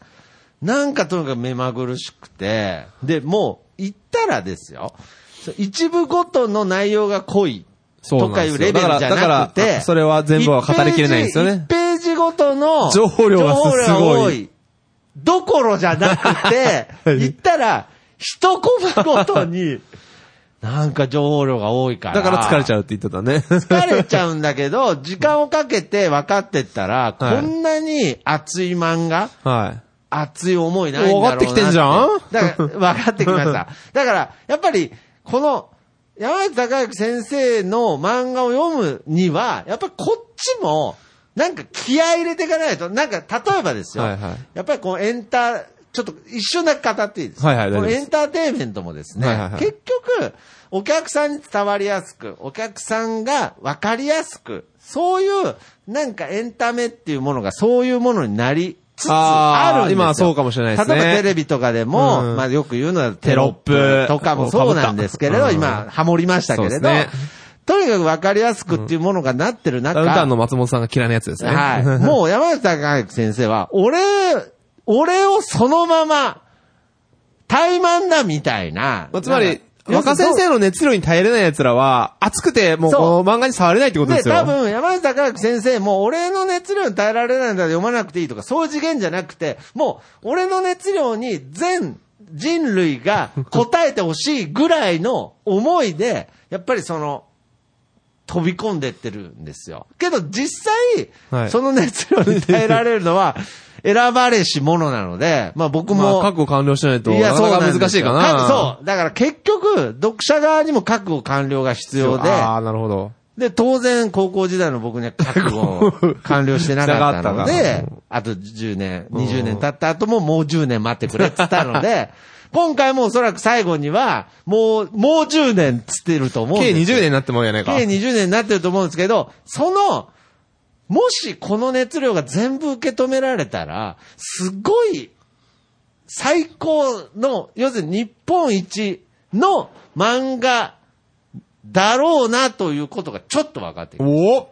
Speaker 1: なんかとにかく目まぐるしくて、で、もう行ったらですよ、そう一部ごとの内容が濃い
Speaker 2: そうな
Speaker 1: と
Speaker 2: んで
Speaker 1: か
Speaker 2: す
Speaker 1: い
Speaker 2: よ
Speaker 1: うレベルじゃ
Speaker 2: だから
Speaker 1: なく
Speaker 2: だから
Speaker 1: て
Speaker 2: あ、それは全部は語りきれないんですよね
Speaker 1: 1ページ一ページごとの
Speaker 2: 情報量がすごい
Speaker 1: 情報量が多い。どころじゃなくて、
Speaker 2: <laughs> はい
Speaker 1: 行ったら、一コマごとに、なんか情報量が多いから。
Speaker 2: だから疲れちゃうって言ってたね。
Speaker 1: 疲れちゃうんだけど、時間をかけて分かってったら、
Speaker 2: はい
Speaker 1: こんなに熱い漫画
Speaker 2: はい。
Speaker 1: 熱い思いないんだろうな
Speaker 2: 分かってきてんじゃん
Speaker 1: だから、分かってきまし
Speaker 2: <laughs>
Speaker 1: た。だから、やっぱり、この、山内孝之先生の漫画を読むには、やっぱりこっちも、なんか気合い入れていかないと、なんか、例えばですよ。
Speaker 2: はいはい
Speaker 1: やっぱりこのエンター、ちょっと一瞬だけ語っていいですか
Speaker 2: はいはい大丈
Speaker 1: この
Speaker 2: 夫です
Speaker 1: エンターテインメントもですね、
Speaker 2: はいはいはい
Speaker 1: 結局、お客さんに伝わりやすく、お客さんが分かりやすく、そういう、なんかエンタメっていうものがそういうものになりつつあ
Speaker 2: あー
Speaker 1: るんですよ。
Speaker 2: 今はそうかもしれないですね
Speaker 1: 例えばテレビとかでも、
Speaker 2: うん
Speaker 1: まあよく言うのはテロッ
Speaker 2: テ
Speaker 1: プ
Speaker 2: ロップ
Speaker 1: とかもそうなんですけれど、
Speaker 2: うん
Speaker 1: 今、ハモりましたけれ
Speaker 2: そう
Speaker 1: ど、
Speaker 2: ですね
Speaker 1: とにかく分かりやすくっていうものがなってる中、
Speaker 2: ダウンタウンの松本さんが嫌いなやつですね。 <laughs>
Speaker 1: はい。
Speaker 2: う。
Speaker 1: もう山内孝之先生
Speaker 2: <laughs>
Speaker 1: は、俺、俺をそのまま、怠慢だみたいな。
Speaker 2: まあ、つまり、
Speaker 1: なんか
Speaker 2: 若先生の熱量に耐えれない奴らは、熱くて、もう
Speaker 1: そ
Speaker 2: この漫画に触れないってことで
Speaker 1: です
Speaker 2: よ。
Speaker 1: 多分、山内孝之先生も、俺の熱量に耐えられないんだら読まなくていいとか、そういう次元じゃなくて、もう、俺の熱量に全人類が応えてほしいぐらいの思いで、やっぱりその、飛び込んでってるんですよ。けど、実際、
Speaker 2: はい
Speaker 1: その熱量に耐えられるのは、選ばれしものなので、まあ僕
Speaker 2: まあ、
Speaker 1: も、
Speaker 2: 覚悟完了しないと、
Speaker 1: い
Speaker 2: な
Speaker 1: や、そう
Speaker 2: かな
Speaker 1: なんで
Speaker 2: か難し
Speaker 1: す
Speaker 2: い
Speaker 1: よ
Speaker 2: かな。
Speaker 1: そう。だから結局、読者側にも覚悟完了が必要で、
Speaker 2: ああ、なるほど。
Speaker 1: で、当然、高校時代の僕には覚悟を完了してなかったの
Speaker 2: しなか
Speaker 1: で
Speaker 2: っ、
Speaker 1: あと10年、20年経った後ももう10年待ってくれって言ったので、今回もおそらく最後には、もう、もう10年っつってると思うん
Speaker 2: 計
Speaker 1: です
Speaker 2: 20
Speaker 1: よ。
Speaker 2: 年になってもいいやないか。
Speaker 1: 計20年になってると思うんですけど、その、もしこの熱量が全部受け止められたら、すごい、最高の、要するに日本一の漫画だろうなということがちょっと分かってきた。
Speaker 2: お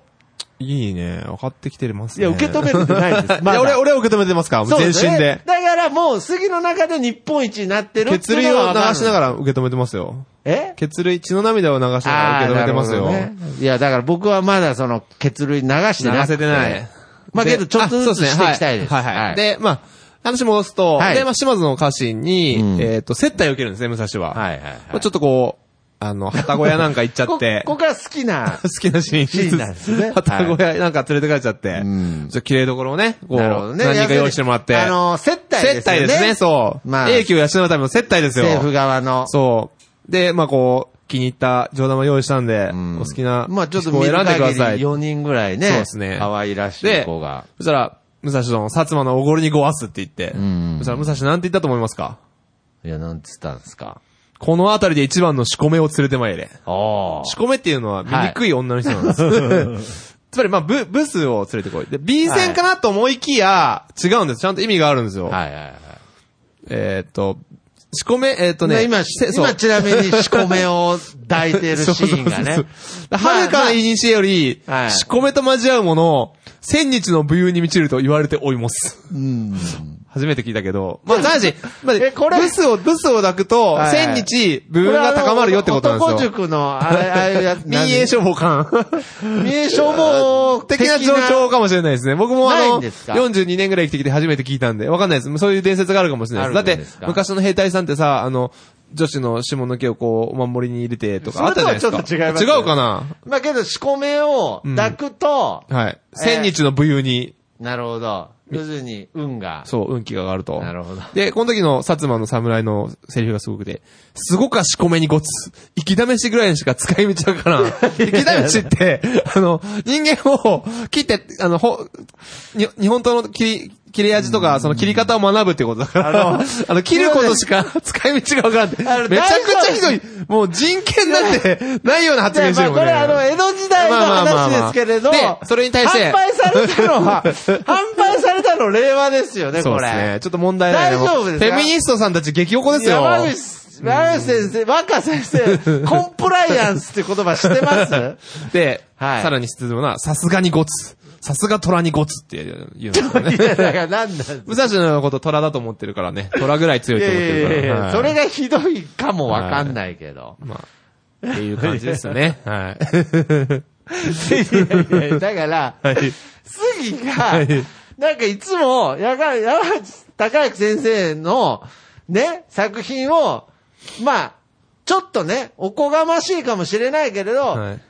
Speaker 2: いいね。分かってきてま
Speaker 1: い
Speaker 2: すね。
Speaker 1: や、受け止めるんじゃないです。まだ
Speaker 2: <laughs> いや、俺、俺は受け止めてますから、
Speaker 1: そう
Speaker 2: 全
Speaker 1: ですね
Speaker 2: 身で。
Speaker 1: だからもう、杉の中で日本一になってるって
Speaker 2: 血
Speaker 1: い
Speaker 2: 類
Speaker 1: うの
Speaker 2: を
Speaker 1: は
Speaker 2: 流
Speaker 1: 分かる
Speaker 2: しながら受け止めてますよ。
Speaker 1: え
Speaker 2: 血類、血の涙を流しながら受け止めてますよ。
Speaker 1: あーなるほどねいや、だから僕はまだその、血類流してなく
Speaker 2: 流せてない。
Speaker 1: まあ
Speaker 2: で
Speaker 1: けど、ちょっと
Speaker 2: あ
Speaker 1: ず
Speaker 2: そう
Speaker 1: つ
Speaker 2: す
Speaker 1: し
Speaker 2: ね
Speaker 1: ていきたいです。
Speaker 2: はい、はい、はい。で、まあ、話戻すと、
Speaker 1: はい
Speaker 2: で、まあ、島津の家臣に、
Speaker 1: うん
Speaker 2: えっ、と、接待を受けるんですね、武蔵
Speaker 1: は
Speaker 2: は。
Speaker 1: いはいはい
Speaker 2: まあちょっとこう、あの、旗小屋なんか行っちゃ
Speaker 1: こ
Speaker 2: って、
Speaker 1: ここから好きな
Speaker 2: <laughs> 好、きなシーン
Speaker 1: シーンなんですね
Speaker 2: 旗小屋なんか連れてかれちゃって、
Speaker 1: ん
Speaker 2: ちょっと綺麗どころをね、こう、
Speaker 1: なるほどね。
Speaker 2: 何人か用意してもらって、
Speaker 1: あの、接待
Speaker 2: 接
Speaker 1: ですよ
Speaker 2: 待
Speaker 1: ね。
Speaker 2: ですね、そう。
Speaker 1: ま
Speaker 2: ま
Speaker 1: あ
Speaker 2: あ、英気を養うための接待ですよ。
Speaker 1: 政府側の。
Speaker 2: そう。で、まあ、こう、気に入った上玉用意したんで、お好きな、
Speaker 1: まあちょっと
Speaker 2: こ
Speaker 1: 見
Speaker 2: う
Speaker 1: る
Speaker 2: 選んでくださ
Speaker 1: 限
Speaker 2: い
Speaker 1: り。4人ぐらいね。
Speaker 2: そうですね
Speaker 1: 可愛らしい
Speaker 2: で
Speaker 1: 子が。
Speaker 2: そしたら、武蔵の薩摩のおごりにごわすって言って、
Speaker 1: ん
Speaker 2: そしたら武蔵なんて言ったと思いますか
Speaker 1: いや、なんつったんですか。
Speaker 2: この辺りで一番の仕込めを連れてまいれ。
Speaker 1: ああ。
Speaker 2: 仕込めっていうのは醜い女の人なんです。 <laughs>
Speaker 1: <laughs>
Speaker 2: つまり、まあ、ブ、ブスを連れてこい。で、B 戦かなと思いきや、違うんです。ちゃんと意味があるんですよ。
Speaker 1: はいはいはい。
Speaker 2: えーっと、仕込め、えっ、とね。
Speaker 1: 今、
Speaker 2: せそう
Speaker 1: 今ちなみに仕込めを抱いてるシーンがね
Speaker 2: <laughs> そうそう。そうそうはるかのいにしえより、
Speaker 1: まあまあ
Speaker 2: 仕込めと交わうもの、千日の武勇に満ちると言われております。
Speaker 1: うん
Speaker 2: 初めて聞いたけど。まあ、男子、まあ、
Speaker 1: えこれ
Speaker 2: ブスを、ブスを抱くと、
Speaker 1: はい
Speaker 2: 千日、武勇が高まるよってことなんですよ。。
Speaker 1: これあの男塾の、あれああいうやつ
Speaker 2: <laughs> 民営消防官。
Speaker 1: なんで民営消防
Speaker 2: 的な状況かもしれないですね。僕もあ
Speaker 1: ない
Speaker 2: の、
Speaker 1: んですか
Speaker 2: 42年ぐらい生きてきて初めて聞いたんで、わかんないです。そういう伝説があるかもしれないです。だ
Speaker 1: あ
Speaker 2: っ
Speaker 1: るん
Speaker 2: て
Speaker 1: ですか、
Speaker 2: 昔の兵隊さんってさ、あの、女子の指紋の毛をこう、お守りに入れてとかあったじゃないです
Speaker 1: それと
Speaker 2: か。
Speaker 1: はちょっと違いますね
Speaker 2: 違うかな
Speaker 1: まあけど、仕込めを抱くと、
Speaker 2: はい。
Speaker 1: えー
Speaker 2: 千日の武勇に、
Speaker 1: なるほど。要するに、運が。
Speaker 2: そう、運気が上がると。
Speaker 1: なるほど。
Speaker 2: で、この時の薩摩の侍のセリフがすごくて、すごかしこめにごつ、生き試しぐらいにしか使い道わからん。
Speaker 1: <laughs>
Speaker 2: 生き試しって、あの、人間を切って、あの、ほ、に日本刀の切り、切れ味とか、その切り方を学ぶってことだから、 <laughs> あの、切ることしか使い道がわからんって、めち
Speaker 1: あ
Speaker 2: ゃ
Speaker 1: の
Speaker 2: くちゃひどい、もう人権なんてないような発言
Speaker 1: で、
Speaker 2: して
Speaker 1: まあこ
Speaker 2: るもん
Speaker 1: れ
Speaker 2: ね。
Speaker 1: あの、江戸時代の話ですけれど、
Speaker 2: まあまあまあまあでそれに対し
Speaker 1: 販
Speaker 2: て
Speaker 1: 売されたの
Speaker 2: <laughs>
Speaker 1: は、販売されたの令和ですよね、
Speaker 2: そう
Speaker 1: こ
Speaker 2: ですね
Speaker 1: れ。。
Speaker 2: ちょっと問題ない
Speaker 1: 大丈夫ですか
Speaker 2: フェミニストさんたち激おこですよ。
Speaker 1: 山口、山口先生、若先生、コンプライアンスって言葉知って
Speaker 2: <laughs>
Speaker 1: ます
Speaker 2: で、
Speaker 1: はい
Speaker 2: さらに必要な、さすがにゴツ。さすが虎にゴツって言うんですよね。
Speaker 1: いや、だからなんだ
Speaker 2: 武蔵のこと虎だと思ってるからね。虎ぐらい強い
Speaker 1: い
Speaker 2: と
Speaker 1: や
Speaker 2: 思っ
Speaker 1: いや
Speaker 2: て
Speaker 1: いや
Speaker 2: る
Speaker 1: い
Speaker 2: から。
Speaker 1: や、
Speaker 2: はい
Speaker 1: それがひどいかもわかんないけど。
Speaker 2: まあ、っていう感じですね。はい。
Speaker 1: <laughs> いやいやだから、
Speaker 2: はい。
Speaker 1: 杉
Speaker 2: は
Speaker 1: が
Speaker 2: い、
Speaker 1: なんかいつも、やが、山口高之先生の、ね、作品を、まあ、ちょっとね、おこがましいかもしれないけれど、
Speaker 2: はい。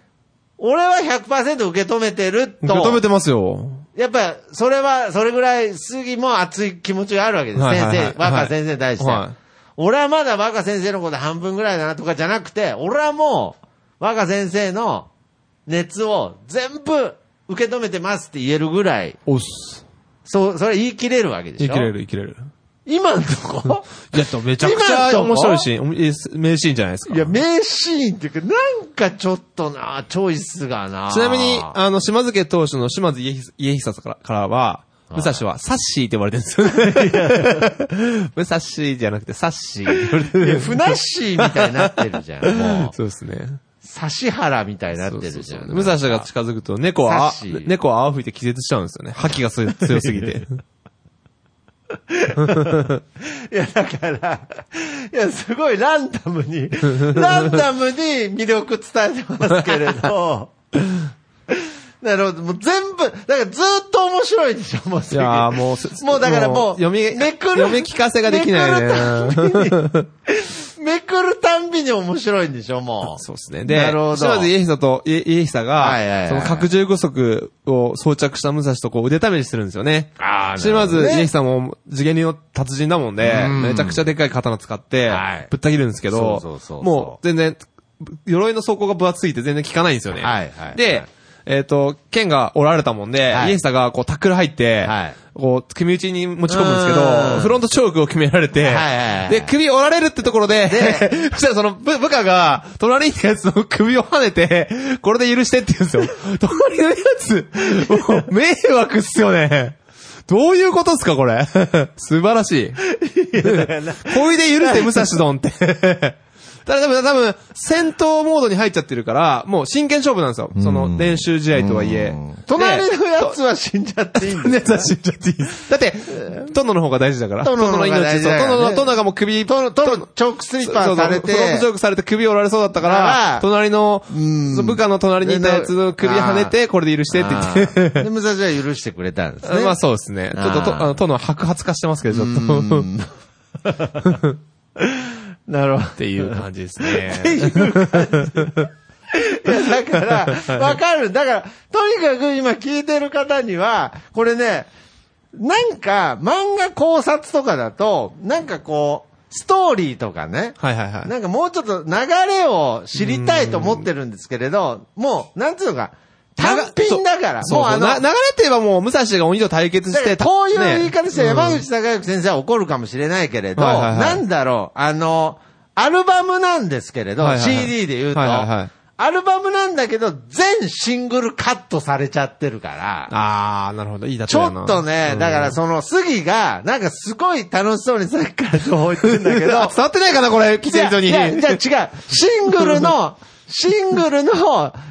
Speaker 1: 俺は100%受け止めてると。
Speaker 2: 認めてますよ。
Speaker 1: やっぱ、それは、それぐらい杉も熱い気持ちがあるわけです。
Speaker 2: はい
Speaker 1: 先
Speaker 2: はいはい
Speaker 1: 生、若先生に対して
Speaker 2: はい。
Speaker 1: 俺はまだ若先生のこと半分ぐらいだなとかじゃなくて、俺はもう、若先生の熱を全部受け止めてますって言えるぐらい、
Speaker 2: おっす。
Speaker 1: そう、それ言い切れるわけでしょ
Speaker 2: 生きれる、生きれる。
Speaker 1: 今のとこ
Speaker 2: いや、でもめちゃくち
Speaker 1: 今
Speaker 2: ゃ
Speaker 1: の
Speaker 2: 面白いシーン、おいい名シーンじゃないですか。
Speaker 1: いや、名シーンっていうか、なんかちょっとな、チョイスがな。
Speaker 2: ちなみに、あの、島津家当主の島津家久家久からからは、武蔵はサッシーって呼ばれてるんですよ
Speaker 1: <laughs>
Speaker 2: ね。武蔵じゃなくてサッシーって言われてる
Speaker 1: いやふなっしーみたいになってるじゃん、
Speaker 2: <laughs>
Speaker 1: もう。
Speaker 2: そうですね。
Speaker 1: 指原みたいになってるじゃん。
Speaker 2: 武蔵が近づくと猫は
Speaker 1: サッシ、ー
Speaker 2: 猫は泡吹いて気絶しちゃうんですよね。覇気
Speaker 1: <laughs>
Speaker 2: が強強すぎて。
Speaker 1: いや、だから、いや、すごいランダム
Speaker 2: <laughs>
Speaker 1: に、ランダムに魅力伝えてますけれ
Speaker 2: <laughs>
Speaker 1: ど、なるほど。もう全部、だからずっと面白いでしょ、もう。
Speaker 2: いやーもうす、 <laughs>
Speaker 1: もうだからもう、
Speaker 2: 読み、
Speaker 1: めくる、
Speaker 2: 読み聞かせができないね。
Speaker 1: めくるたんびに面白いんでしょ、もう。
Speaker 2: そうですね。で、
Speaker 1: なるほど
Speaker 2: 島津家久と、家家久
Speaker 1: はいはいは
Speaker 2: が、
Speaker 1: い
Speaker 2: その拡充具足を装着した武蔵とこう腕試しするんですよね。
Speaker 1: あーな
Speaker 2: 島
Speaker 1: るほ
Speaker 2: 津
Speaker 1: どね
Speaker 2: 家久も次元の達人だもんで、
Speaker 1: うん
Speaker 2: めちゃくちゃでっかい刀使って
Speaker 1: はい、
Speaker 2: ぶった切るんですけ
Speaker 1: そ
Speaker 2: ど
Speaker 1: うそうそうそ、う
Speaker 2: もう全然、鎧の装甲が分厚すぎて全然効かないんですよね。
Speaker 1: はいはい
Speaker 2: で、えっと、剣が折られたもんで、
Speaker 1: はい
Speaker 2: 家久がこうタックル入って
Speaker 1: はい、
Speaker 2: こう、組み打ちに持ち込むんですけ
Speaker 1: う
Speaker 2: ど、
Speaker 1: ん
Speaker 2: フロントチョークを決められて
Speaker 1: はいはいは、い
Speaker 2: で、首折られるってところで、 <laughs> そしたらその部部下が、隣にいたやつの首を跳ねて、これで許してって言うんで
Speaker 1: <laughs>
Speaker 2: すよ。隣のやつ、もう迷惑っすよね。どういうことっすか、これ。 <laughs> 素晴らしい。小で許して武蔵丼って。 <laughs> ただ多分、多分、戦闘モードに入っちゃってるから、もう真剣勝負なんですよ。その練習試合とはいえ。
Speaker 1: 隣のや
Speaker 2: つ
Speaker 1: つは死んじゃっていいんです
Speaker 2: ね、雑誌ちゃっていいだって、殿の方が大事だから。
Speaker 1: 殿の方が大事だからね
Speaker 2: そう殿の、殿がもう首、殿、
Speaker 1: と、チョークスリッパーされて、
Speaker 2: そうそうフロントチョークされて首折られそうだったか
Speaker 1: あ
Speaker 2: ら
Speaker 1: あ、
Speaker 2: 隣の、
Speaker 1: ん
Speaker 2: そう部下の隣にいたやつの首跳ねて、これで許してって
Speaker 1: あ
Speaker 2: 言って。
Speaker 1: ーで、武蔵は許してくれたんですね。
Speaker 2: <laughs> まあそうですね。ちょっとと、
Speaker 1: ああ
Speaker 2: あの、殿は白髪化してますけど、ちょっと。 <laughs> っ
Speaker 1: なるほど。
Speaker 2: ていう感じで
Speaker 1: <laughs>
Speaker 2: すね。
Speaker 1: いや、だから、わかる。だから、とにかく今聞いてる方には、これね、なんか、漫画考察とかだと、なんかこう、ストーリーとかね、
Speaker 2: はいはいはい。
Speaker 1: なんかもうちょっと流れを知りたいと思ってるんですけれど、もう、なんつうのか、単品だから、
Speaker 2: そう
Speaker 1: もう
Speaker 2: そ
Speaker 1: あ
Speaker 2: う
Speaker 1: の、
Speaker 2: な流れって言えばもう、武蔵が鬼と対決し
Speaker 1: だ
Speaker 2: て、
Speaker 1: からこういう言い方して、
Speaker 2: ね
Speaker 1: 山口孝之先生は怒るかもしれないけれど、
Speaker 2: はいはいはい
Speaker 1: なんだろう、あの、アルバムなんですけれど、
Speaker 2: はいはいはい
Speaker 1: CD で言うと、
Speaker 2: はいはいはい
Speaker 1: アルバムなんだけど、全シングルカットされちゃってるから、
Speaker 2: あー、なるほど。いいだ
Speaker 1: ちょっとね、だからその、杉が、なんかすごい楽しそうにさっきからそう言ってんだけど、
Speaker 2: <laughs> 伝わってないかな、これ、聞いてる人に。
Speaker 1: いやいやじゃあ違う。シングルの、シングルの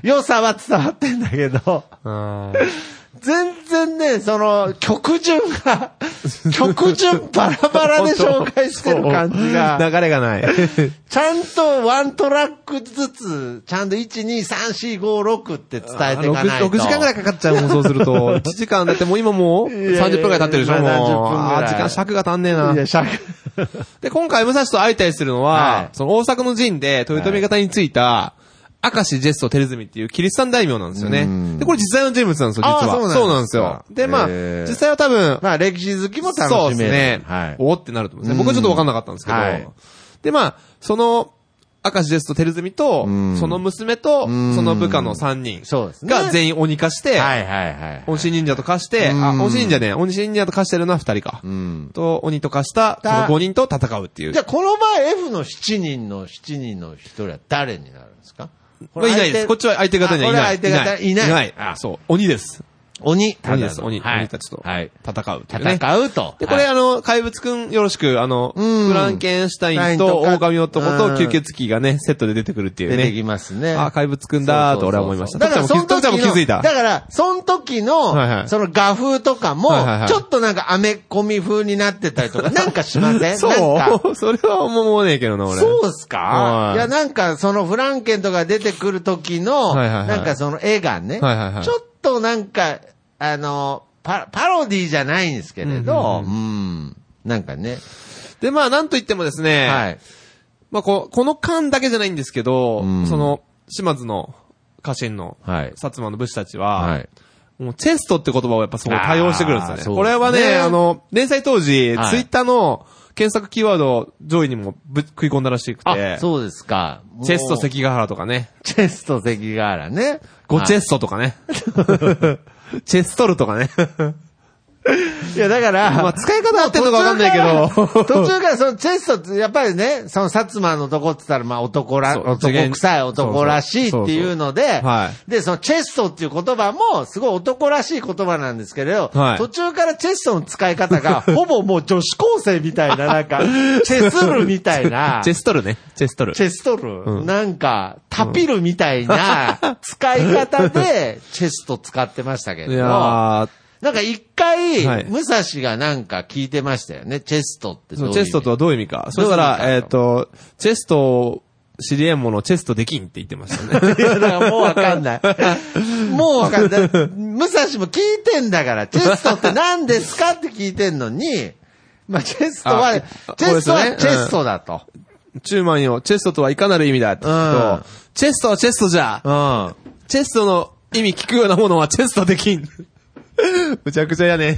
Speaker 1: 良さは伝わってんだけど、
Speaker 2: うん
Speaker 1: 全然ね、その、曲順
Speaker 2: <laughs>
Speaker 1: が、曲順バラバラで紹介してる感じが、
Speaker 2: 流れが
Speaker 1: <laughs>
Speaker 2: ない。
Speaker 1: ちゃんとワントラックずつ、ちゃんと1、2、3、4、5、6って伝えていかないと。
Speaker 2: 6時間ぐらいかかっちゃうもん、そうすると。1
Speaker 1: <laughs>
Speaker 2: 時間だってもう今もう
Speaker 1: いやいや
Speaker 2: 30分ぐらい経ってるでしょ、もう。
Speaker 1: まあ30分ぐらい
Speaker 2: あー時間尺が足んねえ
Speaker 1: い
Speaker 2: な。
Speaker 1: や、尺
Speaker 2: で、今回武蔵と相対するのは、
Speaker 1: はい
Speaker 2: その大阪の陣で豊臣方についた、明石ジェスト・テレズミっていうキリシタン大名なんですよね。で、これ実際の人物なんですよ、実
Speaker 1: あー
Speaker 2: は。
Speaker 1: そう
Speaker 2: そうな
Speaker 1: なんんです
Speaker 2: で
Speaker 1: すか
Speaker 2: よ。で、まあ、
Speaker 1: へー
Speaker 2: 実際は多分、
Speaker 1: まあ、歴史好きも楽しめる。
Speaker 2: そうですね。
Speaker 1: はい。
Speaker 2: おおってなると思うんですね。僕はちょっとわかんなかったんですけど。
Speaker 1: うんはい
Speaker 2: で、まあ、その、明石ですとテルズミと、
Speaker 1: ん
Speaker 2: その娘と、
Speaker 1: ん
Speaker 2: その部下の3人
Speaker 1: そうですね。
Speaker 2: が全員鬼化して、
Speaker 1: はいはいはい。
Speaker 2: 鬼神忍者と化して、あ、
Speaker 1: うん
Speaker 2: 鬼神忍者ね、鬼神忍者と化してるのは2人か
Speaker 1: う。ん。
Speaker 2: と、鬼と化した、その
Speaker 1: だ
Speaker 2: 5人と戦うっていう
Speaker 1: じゃ。あ、この場合 F の7人の7人の1人は誰になるんですか
Speaker 2: これいないです。こっちは相手方にはいな
Speaker 1: あ
Speaker 2: い。
Speaker 1: これは相手方いない
Speaker 2: いない。
Speaker 1: あ
Speaker 2: そう。鬼です。
Speaker 1: 鬼、ただ
Speaker 2: 鬼
Speaker 1: の
Speaker 2: です。鬼、
Speaker 1: はい
Speaker 2: 鬼たちと
Speaker 1: はい。
Speaker 2: 戦うっていうね。
Speaker 1: 戦うと。
Speaker 2: で、こ
Speaker 1: は
Speaker 2: れ、
Speaker 1: い
Speaker 2: あの、怪物くんよろしく、あの、
Speaker 1: うん
Speaker 2: フランケンシュタインと
Speaker 1: シュタインとか
Speaker 2: 狼男と
Speaker 1: うん
Speaker 2: 吸血鬼がね、セットで出てくるっていう
Speaker 1: 出て
Speaker 2: ね。
Speaker 1: きますね。
Speaker 2: あ、怪物くんだーと俺は思いました。
Speaker 1: だから、
Speaker 2: 徳ち
Speaker 1: そ
Speaker 2: ゃ
Speaker 1: の
Speaker 2: んも気
Speaker 1: 時
Speaker 2: づ徳ちゃんも
Speaker 1: の、
Speaker 2: 気づいた。
Speaker 1: だから、その時
Speaker 2: はいは
Speaker 1: の、
Speaker 2: い
Speaker 1: その画風とかも
Speaker 2: はいはいは、い
Speaker 1: ちょっとなんかアメコミ風になってたりと
Speaker 2: <laughs>
Speaker 1: か、なんかしませんなんか
Speaker 2: そうそれは思わねえけどな、 <laughs> 俺。
Speaker 1: そうっすか
Speaker 2: はい
Speaker 1: いや、なんか、そのフランケンとか出てくる時の、
Speaker 2: はいはいはい
Speaker 1: なんかその絵がね、
Speaker 2: はいはいはい
Speaker 1: ちょっとなんか、あの、パパロディじゃないんですけれど、
Speaker 2: う
Speaker 1: うんなんかね、
Speaker 2: で、まあ、なんと言ってもですね、
Speaker 1: はい。
Speaker 2: まあ、ここの間だけじゃないんですけど、
Speaker 1: うん
Speaker 2: その、島津の家臣の、
Speaker 1: はい。
Speaker 2: 薩摩の武士たち
Speaker 1: は
Speaker 2: は、
Speaker 1: い。
Speaker 2: もうチェストって言葉をやっぱそこ対応してくるんですよ
Speaker 1: あ
Speaker 2: ね。
Speaker 1: ーそう
Speaker 2: これは
Speaker 1: ね
Speaker 2: ね、あの、連載当時、
Speaker 1: はい
Speaker 2: ツイッターの検索キーワード上位にもぶっ食い込んだらしくて、
Speaker 1: あ、そうですか。
Speaker 2: チェス
Speaker 1: も
Speaker 2: ト
Speaker 1: う
Speaker 2: 関ヶ原とかね。
Speaker 1: チェスト関ヶ原ね。
Speaker 2: ゴチェ
Speaker 1: ス
Speaker 2: ストとかね。 <laughs> チェストルとかね。
Speaker 1: いや、だから、
Speaker 2: まあ使い方合ってんのかわかんないけど
Speaker 1: 途中から、途中からそのチェストって、やっぱりね、その薩摩のとこって言ったら、まあ男ら、
Speaker 2: そう
Speaker 1: 男臭い男らしいっていうので、
Speaker 2: は
Speaker 1: で、そのチェストっていう言葉も、すごい男らしい言葉なんですけれど、
Speaker 2: はい
Speaker 1: 途中からチェストの使い方が、 <laughs> ほぼもう女子高生みたいな、なん
Speaker 2: <laughs>
Speaker 1: か、チェスルみたいな、
Speaker 2: い。 <laughs> チェストルね。チェストル。
Speaker 1: チェストル、
Speaker 2: ん
Speaker 1: なんか、タピルみたいな、使い方で、チェスト使ってましたけれ
Speaker 2: い
Speaker 1: ど。
Speaker 2: やー
Speaker 1: なんか一回、
Speaker 2: はい
Speaker 1: 武蔵がなんか聞いてましたよね。チェストってど
Speaker 2: そ
Speaker 1: い
Speaker 2: う
Speaker 1: う
Speaker 2: の
Speaker 1: 意味
Speaker 2: チェストとはどういう意味か。そした
Speaker 1: どう
Speaker 2: ら、
Speaker 1: いう
Speaker 2: え
Speaker 1: 意
Speaker 2: っ
Speaker 1: 味か
Speaker 2: と、チェストを知り得んものチェストできんって言ってました
Speaker 1: <laughs>
Speaker 2: ね。
Speaker 1: いや、 <laughs> だからもうわかん
Speaker 2: <laughs>
Speaker 1: ない。もうわかんない。武蔵も聞いてんだから、チェストって何ですかって聞いてんのに、まあ、チェスト
Speaker 2: あ
Speaker 1: は、チェスト
Speaker 2: これ
Speaker 1: は
Speaker 2: です
Speaker 1: チ
Speaker 2: ね
Speaker 1: ェ
Speaker 2: うん
Speaker 1: ストだと。
Speaker 2: 中マンよ、チェストとはいかなる意味だって聞くと、チェストはチェストじゃ
Speaker 1: うん。
Speaker 2: チェストの意味聞くようなものはチェストできん。むちゃくちゃやね。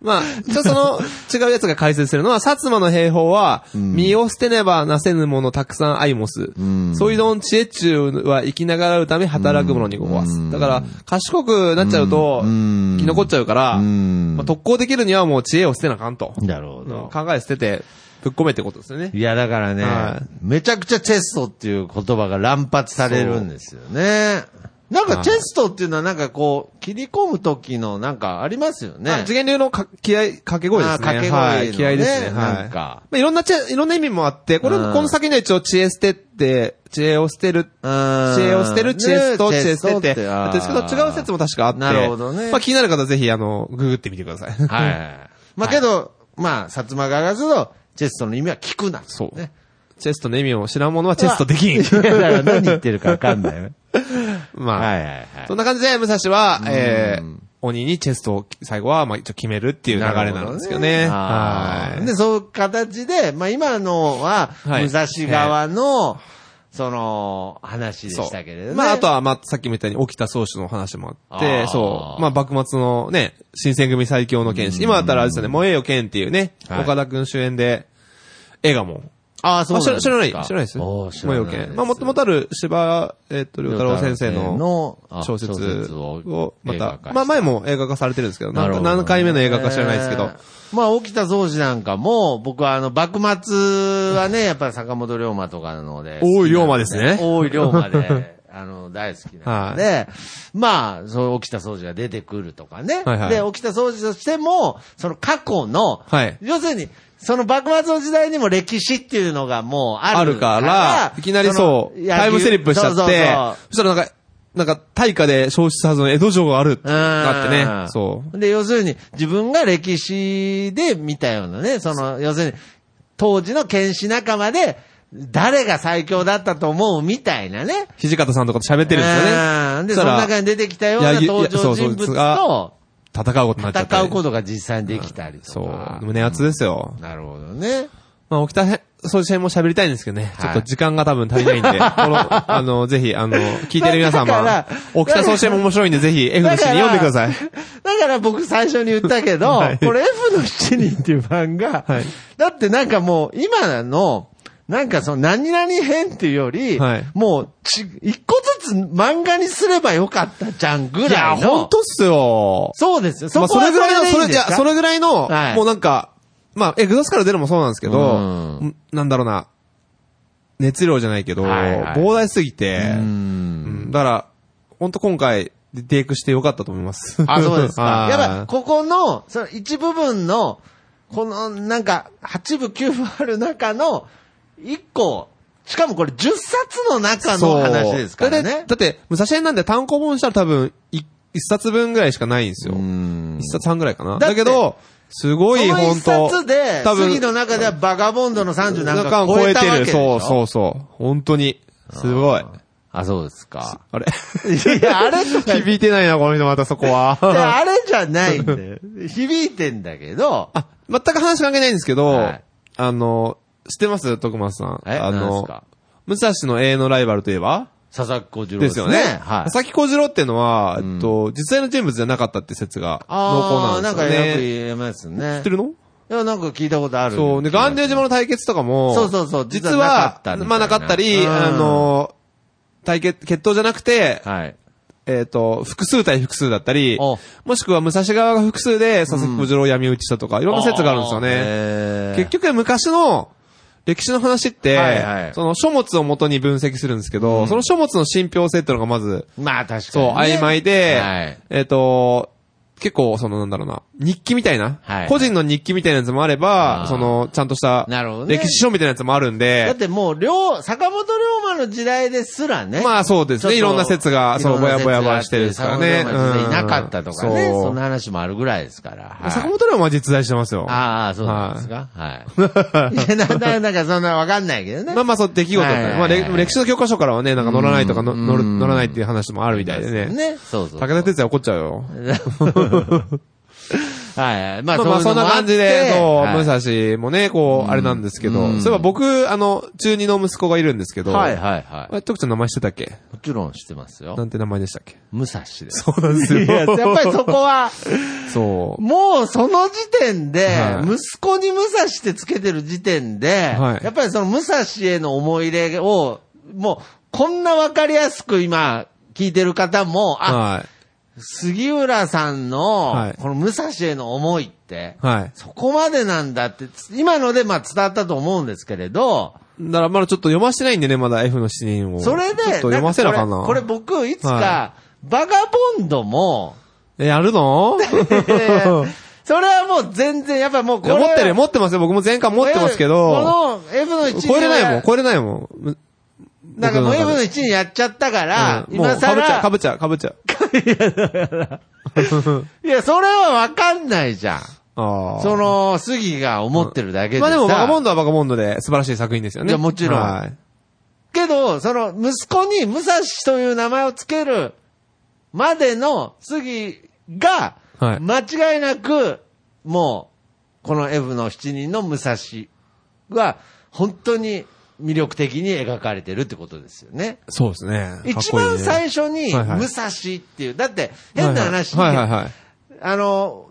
Speaker 2: まあ、ちょ、その、違うやつが解説するのは、薩摩の兵法は、身を捨てねばなせぬものたくさん愛もす。そういうどん知恵中は生きながらうため働く者にごわす。だから、賢くなっちゃうと、生き残っちゃうから、
Speaker 1: ん
Speaker 2: まあ、特攻できるにはもう知恵を捨てなあかんと。
Speaker 1: なるほ
Speaker 2: 考
Speaker 1: ど。
Speaker 2: え捨てて、ぶっ込めってことですよね。
Speaker 1: いや、だからね、
Speaker 2: はい
Speaker 1: めちゃくちゃチェストっていう言葉が乱発されるんですよね。なんかチェストっていうのはなんかこう、切り込む時のなんかありますよね。
Speaker 2: あ次元流のか気合い、掛け声ですね。
Speaker 1: あ掛け声のね
Speaker 2: はい、気合いですね。はい
Speaker 1: なんか
Speaker 2: まあ、いろんな知恵、いろんな意味もあって、これ、
Speaker 1: うん
Speaker 2: この先には一応知恵捨てって、知恵を捨てる、知
Speaker 1: 知
Speaker 2: 恵を捨てる、知恵捨てと知恵捨てって、
Speaker 1: あ
Speaker 2: や
Speaker 1: ー
Speaker 2: ってるんですけど、違う説も確かあって。
Speaker 1: なるほどね
Speaker 2: まあ気になる方はぜひ、あの、ググってみてください。
Speaker 1: はいはいはい。まあけど、まあ、薩摩側がすると、チェストの意味は聞くな。
Speaker 2: そう <laughs>
Speaker 1: ね。
Speaker 2: <laughs> チェストの意味を知らん者はチェストできん。
Speaker 1: いやだから何言ってるかわかんないよね。
Speaker 2: <laughs> まあ、
Speaker 1: <laughs> はいはい
Speaker 2: そ
Speaker 1: は
Speaker 2: んな感じで、武蔵は、えー、鬼にチェストを最後は、まあ一応決めるってい
Speaker 1: い。
Speaker 2: う流れなんですけどね。
Speaker 1: あ
Speaker 2: は
Speaker 1: ー
Speaker 2: い。
Speaker 1: で、そういう形で、まあ今のは、
Speaker 2: はい
Speaker 1: 武蔵側の、その、話でしたけれどね。
Speaker 2: まあ、あとは、まあ、さっきも言ったように、沖田総主の話もあって
Speaker 1: あ、ー
Speaker 2: そう。まあ、幕末のね、新選組最強の剣士。今だったらあれですよね、萌えよ剣っていうね、
Speaker 1: はい
Speaker 2: 岡田くん主演で、映画も
Speaker 1: ああ、そうなん
Speaker 2: まあ
Speaker 1: ですか
Speaker 2: 知ら知らない知らないです
Speaker 1: あー知ら
Speaker 2: ま
Speaker 1: な
Speaker 2: あ、
Speaker 1: い
Speaker 2: 要件。まあ、もともとある芝、えっと、良太郎先生の
Speaker 1: あ
Speaker 2: 小説を、ま
Speaker 1: 映画
Speaker 2: た
Speaker 1: 化し、て
Speaker 2: まあ、前も映画化されてるんですけど、
Speaker 1: なるほど
Speaker 2: 何回目の映画か知らないですけ
Speaker 1: え
Speaker 2: ど、
Speaker 1: ーまあ、沖田総司なんかも、僕はあの、幕末はね、やっぱり坂本龍馬とかなので。
Speaker 2: 大井龍馬ですね
Speaker 1: 大井龍馬で。 <laughs> あの、大好きなので、まあ、そう、沖田総司が出てくるとかね。
Speaker 2: はいはい
Speaker 1: で、沖田総司としても、その過去の、
Speaker 2: はい
Speaker 1: 要するに、その幕末の時代にも歴史っていうのがもうある
Speaker 2: あるから、いきなりそう、タイムスリップしちゃって、
Speaker 1: そ
Speaker 2: そ
Speaker 1: の野球そうそうそう
Speaker 2: したらなんか、なんか、大化で消失はずの江戸城があるってなって
Speaker 1: う
Speaker 2: ね
Speaker 1: ん、
Speaker 2: そう。
Speaker 1: で、要するに、自分が歴史で見たようなね、その、要するに、当時の剣士仲間で、誰が最強だったと思うみたいなね。
Speaker 2: 土方さんとかと喋ってるんですよ
Speaker 1: う
Speaker 2: ね。
Speaker 1: んで、
Speaker 2: し
Speaker 1: そ
Speaker 2: た
Speaker 1: の
Speaker 2: ら
Speaker 1: 中に出てきたような
Speaker 2: いや
Speaker 1: 登場人
Speaker 2: そうそ
Speaker 1: 物
Speaker 2: うが
Speaker 1: と、
Speaker 2: 戦うことになっちゃった
Speaker 1: 戦
Speaker 2: り。
Speaker 1: うことが実際にできたりとか。
Speaker 2: そう。胸熱ですよ。
Speaker 1: なるほどね。
Speaker 2: まあ、沖田へ、そういうも喋りたいんですけどね。
Speaker 1: い
Speaker 2: ちょっと時間が多分
Speaker 1: <laughs>
Speaker 2: 足りないんで、この、あの、ぜひ、あの、聞いてる皆
Speaker 1: だから
Speaker 2: 様、沖田総支援も面白いんで、ぜひ F
Speaker 1: だ
Speaker 2: の詩に
Speaker 1: から
Speaker 2: 読んでください。
Speaker 1: だから僕最初に言ったけど、
Speaker 2: はい
Speaker 1: これ F の7人っていう漫画、
Speaker 2: はい
Speaker 1: だってなんかもう今の、なんかその何々編っていうより、
Speaker 2: はい
Speaker 1: もうち一個ずつ漫画にすればよかったじゃんぐ
Speaker 2: い
Speaker 1: ら
Speaker 2: や、
Speaker 1: いの。
Speaker 2: ほんとっすよ。
Speaker 1: そうですよ。そ
Speaker 2: まあ、
Speaker 1: こ
Speaker 2: そ
Speaker 1: は
Speaker 2: れ
Speaker 1: そ
Speaker 2: ぐ
Speaker 1: れ
Speaker 2: らいの、
Speaker 1: で
Speaker 2: そ
Speaker 1: いい
Speaker 2: れ、
Speaker 1: ん
Speaker 2: じ
Speaker 1: です
Speaker 2: ゃ
Speaker 1: か
Speaker 2: それぐらいの、
Speaker 1: はい
Speaker 2: もうなんか、まあ、エグザスから出るのもそうなんですけど、
Speaker 1: うん
Speaker 2: んなんだろうな、熱量じゃないけど、
Speaker 1: はいはい
Speaker 2: 膨大すぎて、
Speaker 1: う
Speaker 2: うんんだから、ほんと今回、デイクしてよかったと思います。。
Speaker 1: あ、そうですか
Speaker 2: <laughs> は
Speaker 1: <laughs>
Speaker 2: い
Speaker 1: やっぱ、ここの、その一部分の、この、なんか、8部、9部ある中の、1個、しかもこれ10冊の中の話ですから
Speaker 2: だっ
Speaker 1: ね
Speaker 2: て、。だって武蔵園なんで単行本したら多分、い一冊分ぐらいしかないんですよ。
Speaker 1: ん
Speaker 2: 一冊半ぐらいかな。
Speaker 1: だっ
Speaker 2: だ
Speaker 1: て
Speaker 2: けど、すごい、
Speaker 1: この
Speaker 2: 本
Speaker 1: 一
Speaker 2: 当
Speaker 1: 冊で、
Speaker 2: 多分
Speaker 1: 次の中ではバガボンドの30なん
Speaker 2: 中
Speaker 1: か
Speaker 2: を
Speaker 1: 超
Speaker 2: 超
Speaker 1: え
Speaker 2: え
Speaker 1: た
Speaker 2: て
Speaker 1: わけ
Speaker 2: る。
Speaker 1: でし
Speaker 2: そ
Speaker 1: ょ
Speaker 2: うそうそう。本当に。すごい。
Speaker 1: あ、そうですか。
Speaker 2: あれ
Speaker 1: いや、あれじゃない。
Speaker 2: <laughs> 響いてないな、この人またそこ
Speaker 1: いや
Speaker 2: は。
Speaker 1: あれじゃないんだ
Speaker 2: <laughs>
Speaker 1: よ。響いてんだけど、
Speaker 2: あ、 <laughs> 全く話関係ないんですけど、
Speaker 1: はい
Speaker 2: あの、知ってます徳松さん。
Speaker 1: え、
Speaker 2: あ
Speaker 1: なんす
Speaker 2: の、
Speaker 1: か
Speaker 2: 武蔵の永遠のライバルといえば
Speaker 1: 佐々木小次郎
Speaker 2: で
Speaker 1: ですす
Speaker 2: よ
Speaker 1: ね。
Speaker 2: ね。
Speaker 1: はい。
Speaker 2: 佐々木小次郎っていうのは、えっと、実際の人物じゃなかったって説が濃
Speaker 1: ああー、
Speaker 2: 厚な
Speaker 1: なんん
Speaker 2: です
Speaker 1: か
Speaker 2: よね。
Speaker 1: よく言えます
Speaker 2: 知
Speaker 1: ね
Speaker 2: って。るの
Speaker 1: いや、なんか聞いたことある。
Speaker 2: そう。で、岩ン島の対決とかも、
Speaker 1: そうそうそう
Speaker 2: 実
Speaker 1: 実はなかっ
Speaker 2: は
Speaker 1: たみたいな、
Speaker 2: まあなかったり、
Speaker 1: うん
Speaker 2: あの、対決、決闘じゃなくて、
Speaker 1: はい。
Speaker 2: えっと、複数対複数だったり、
Speaker 1: お
Speaker 2: もしくは武蔵側が複数で佐々木小次郎を闇討ちしたとか、いろんな説があるんですよね。
Speaker 1: ね
Speaker 2: 結局昔の歴史の話って、
Speaker 1: はいはい
Speaker 2: その書物を元に分析するんですけど、その書物の信憑性っていうのがまず、
Speaker 1: まあ確かに
Speaker 2: そ
Speaker 1: ね。
Speaker 2: う、曖昧で、
Speaker 1: はい。
Speaker 2: えっ、と、結構、その、なんだろうな、日記みたいな、
Speaker 1: はい
Speaker 2: 個人の日記みたいなやつもあれ
Speaker 1: あ
Speaker 2: ば
Speaker 1: ー、
Speaker 2: その、ちゃんとした、
Speaker 1: なるほどね
Speaker 2: 歴史書みたいなやつもあるん
Speaker 1: だっ
Speaker 2: で、
Speaker 1: てもう、両、坂本龍馬の時代ですらね。
Speaker 2: まあそうですね、いろんな説が、そう、ぼやぼやぼやしてるんですからね。
Speaker 1: いなかったとかね。
Speaker 2: うん
Speaker 1: そ
Speaker 2: そ
Speaker 1: ん
Speaker 2: う
Speaker 1: な話もあるぐらいですから。はい
Speaker 2: 坂本龍馬は実在してますよ。
Speaker 1: ああ、そうなんですかはい。いや、な、な、なんかそんなわかんないけどね。
Speaker 2: まあまあそう、出来事だった
Speaker 1: はいはい
Speaker 2: ね。
Speaker 1: はい
Speaker 2: まあ、れ歴史の教科書からはね、なんか乗らないとか、の
Speaker 1: うん
Speaker 2: 乗る乗らないっていう話もあるみたいでね。
Speaker 1: ね。そうそう。
Speaker 2: 武田鉄矢怒っちゃうよ。
Speaker 1: <laughs> はいはい。まあ、
Speaker 2: まあまあそんな感じで、そう、
Speaker 1: はい
Speaker 2: 武蔵もね、こう、あれなんですけど、
Speaker 1: うん
Speaker 2: そういえば僕、あの、中二の息子がいるんですけど、
Speaker 1: はいはいはい。
Speaker 2: あれ、徳ちゃん名前してたっけ
Speaker 1: もちろん知ってますよ
Speaker 2: な。んて名前でしたっけ
Speaker 1: 武蔵です。
Speaker 2: そうなんです
Speaker 1: いや、やっぱりそこは、
Speaker 2: そう。
Speaker 1: もうその時点で、
Speaker 2: はい
Speaker 1: 息子に武蔵ってつけてる時点で、
Speaker 2: はい
Speaker 1: やっぱりその武蔵への思い入れを、もう、こんなわかりやすく今、聞いてる方も、あ、
Speaker 2: は
Speaker 1: 杉浦さん
Speaker 2: は
Speaker 1: の
Speaker 2: い、
Speaker 1: この武蔵への思いって、
Speaker 2: い。はい。
Speaker 1: そこまでなんだって、つ今のでまあ伝わったと思うんですけれど、
Speaker 2: だからまだちょっと読ましてないんでね、まだ F の7人を。
Speaker 1: それで、
Speaker 2: ちょっと読ませなか
Speaker 1: ん
Speaker 2: な。
Speaker 1: かこれこれ僕、いつか
Speaker 2: は、
Speaker 1: バガボンドも、
Speaker 2: えやるの <laughs>
Speaker 1: えーそれはもう全然、やっぱもうこ
Speaker 2: い
Speaker 1: れ
Speaker 2: や
Speaker 1: は
Speaker 2: 持ってるよ、持ってますよ。僕も前回持ってますけど、
Speaker 1: この F の1
Speaker 2: 超えれないもん、超えれないもん。む
Speaker 1: なんかもう
Speaker 2: 僕
Speaker 1: F
Speaker 2: 中
Speaker 1: の
Speaker 2: で
Speaker 1: 1にやっちゃったから、
Speaker 2: うんも
Speaker 1: 今
Speaker 2: う、かぶっちゃう、
Speaker 1: 更、
Speaker 2: かぶっちゃう、かぶっちゃう。
Speaker 1: <laughs> いや、それはわかんないじゃん。
Speaker 2: ああ。
Speaker 1: その、杉が思ってるだけでさ。
Speaker 2: まあでも、バカボンドはバカボンドで素晴らしい作品ですよね。
Speaker 1: いやもちろん
Speaker 2: はい。
Speaker 1: けど、その、息子に武蔵という名前をつけるまでの杉が、
Speaker 2: はい
Speaker 1: 間違いなく、もう、この F の7人の武蔵が、本当に魅力的に描かれてるってことですよね。
Speaker 2: そうですね。
Speaker 1: 一番最
Speaker 2: 初
Speaker 1: 初に、
Speaker 2: はいはい
Speaker 1: 武蔵っていう、だって、変な話、
Speaker 2: はいはいはいはい。
Speaker 1: あの、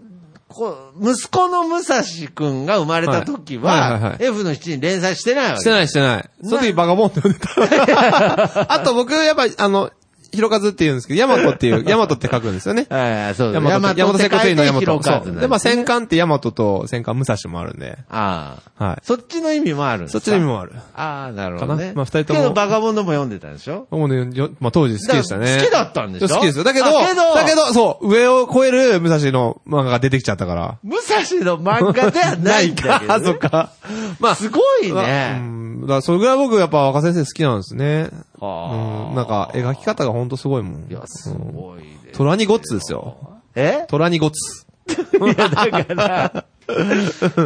Speaker 1: こう息子の武蔵くんが生まれた時
Speaker 2: はいはいはいは
Speaker 1: は、
Speaker 2: い
Speaker 1: F の7に連載してないわけ。
Speaker 2: してないしてない。その時バカボ
Speaker 1: <laughs>
Speaker 2: ンって呼んでた。あと僕、やっぱ、あの、ひろかずって言うんですけど、ヤマトっ
Speaker 1: <laughs>
Speaker 2: ていう、ヤマトって書くんですよね。
Speaker 1: はいはい、そうです。
Speaker 2: ヤマト、ヤマト
Speaker 1: 世
Speaker 2: 戦艦
Speaker 1: 界
Speaker 2: のヤマ
Speaker 1: 広か
Speaker 2: ト。そうで、まあ
Speaker 1: あ
Speaker 2: 戦艦ってヤマトと戦艦武蔵もあるんで。
Speaker 1: あー。
Speaker 2: はい。
Speaker 1: そっちの意味もあるんです
Speaker 2: そ
Speaker 1: か
Speaker 2: っちの意味。もある。
Speaker 1: ああ、なるほど
Speaker 2: か
Speaker 1: ね
Speaker 2: な。まあ二人とも
Speaker 1: けど、バカボンドも読んでたんでしょ
Speaker 2: もうね、よまあ当時好きでしたね。
Speaker 1: 好きだったんでしょ
Speaker 2: 好きですよ。だけど、
Speaker 1: あけど
Speaker 2: だけど、そう、上を超える武蔵の漫画が出てきちゃったから。
Speaker 1: 武蔵の漫画ではないん
Speaker 2: <laughs>
Speaker 1: だけど、
Speaker 2: あそ
Speaker 1: ね。
Speaker 2: っ
Speaker 1: <laughs>
Speaker 2: か。まあ、
Speaker 1: すごい
Speaker 2: まあう
Speaker 1: ね。
Speaker 2: んだからそれぐらい僕やっぱ若先生好きなんですね。
Speaker 1: は
Speaker 2: うん。なんか、描き方がほんとすごいもん。
Speaker 1: いや、す
Speaker 2: うん
Speaker 1: ごいね。
Speaker 2: トラニゴッツですよ。
Speaker 1: え <laughs>
Speaker 2: トラニゴッツ。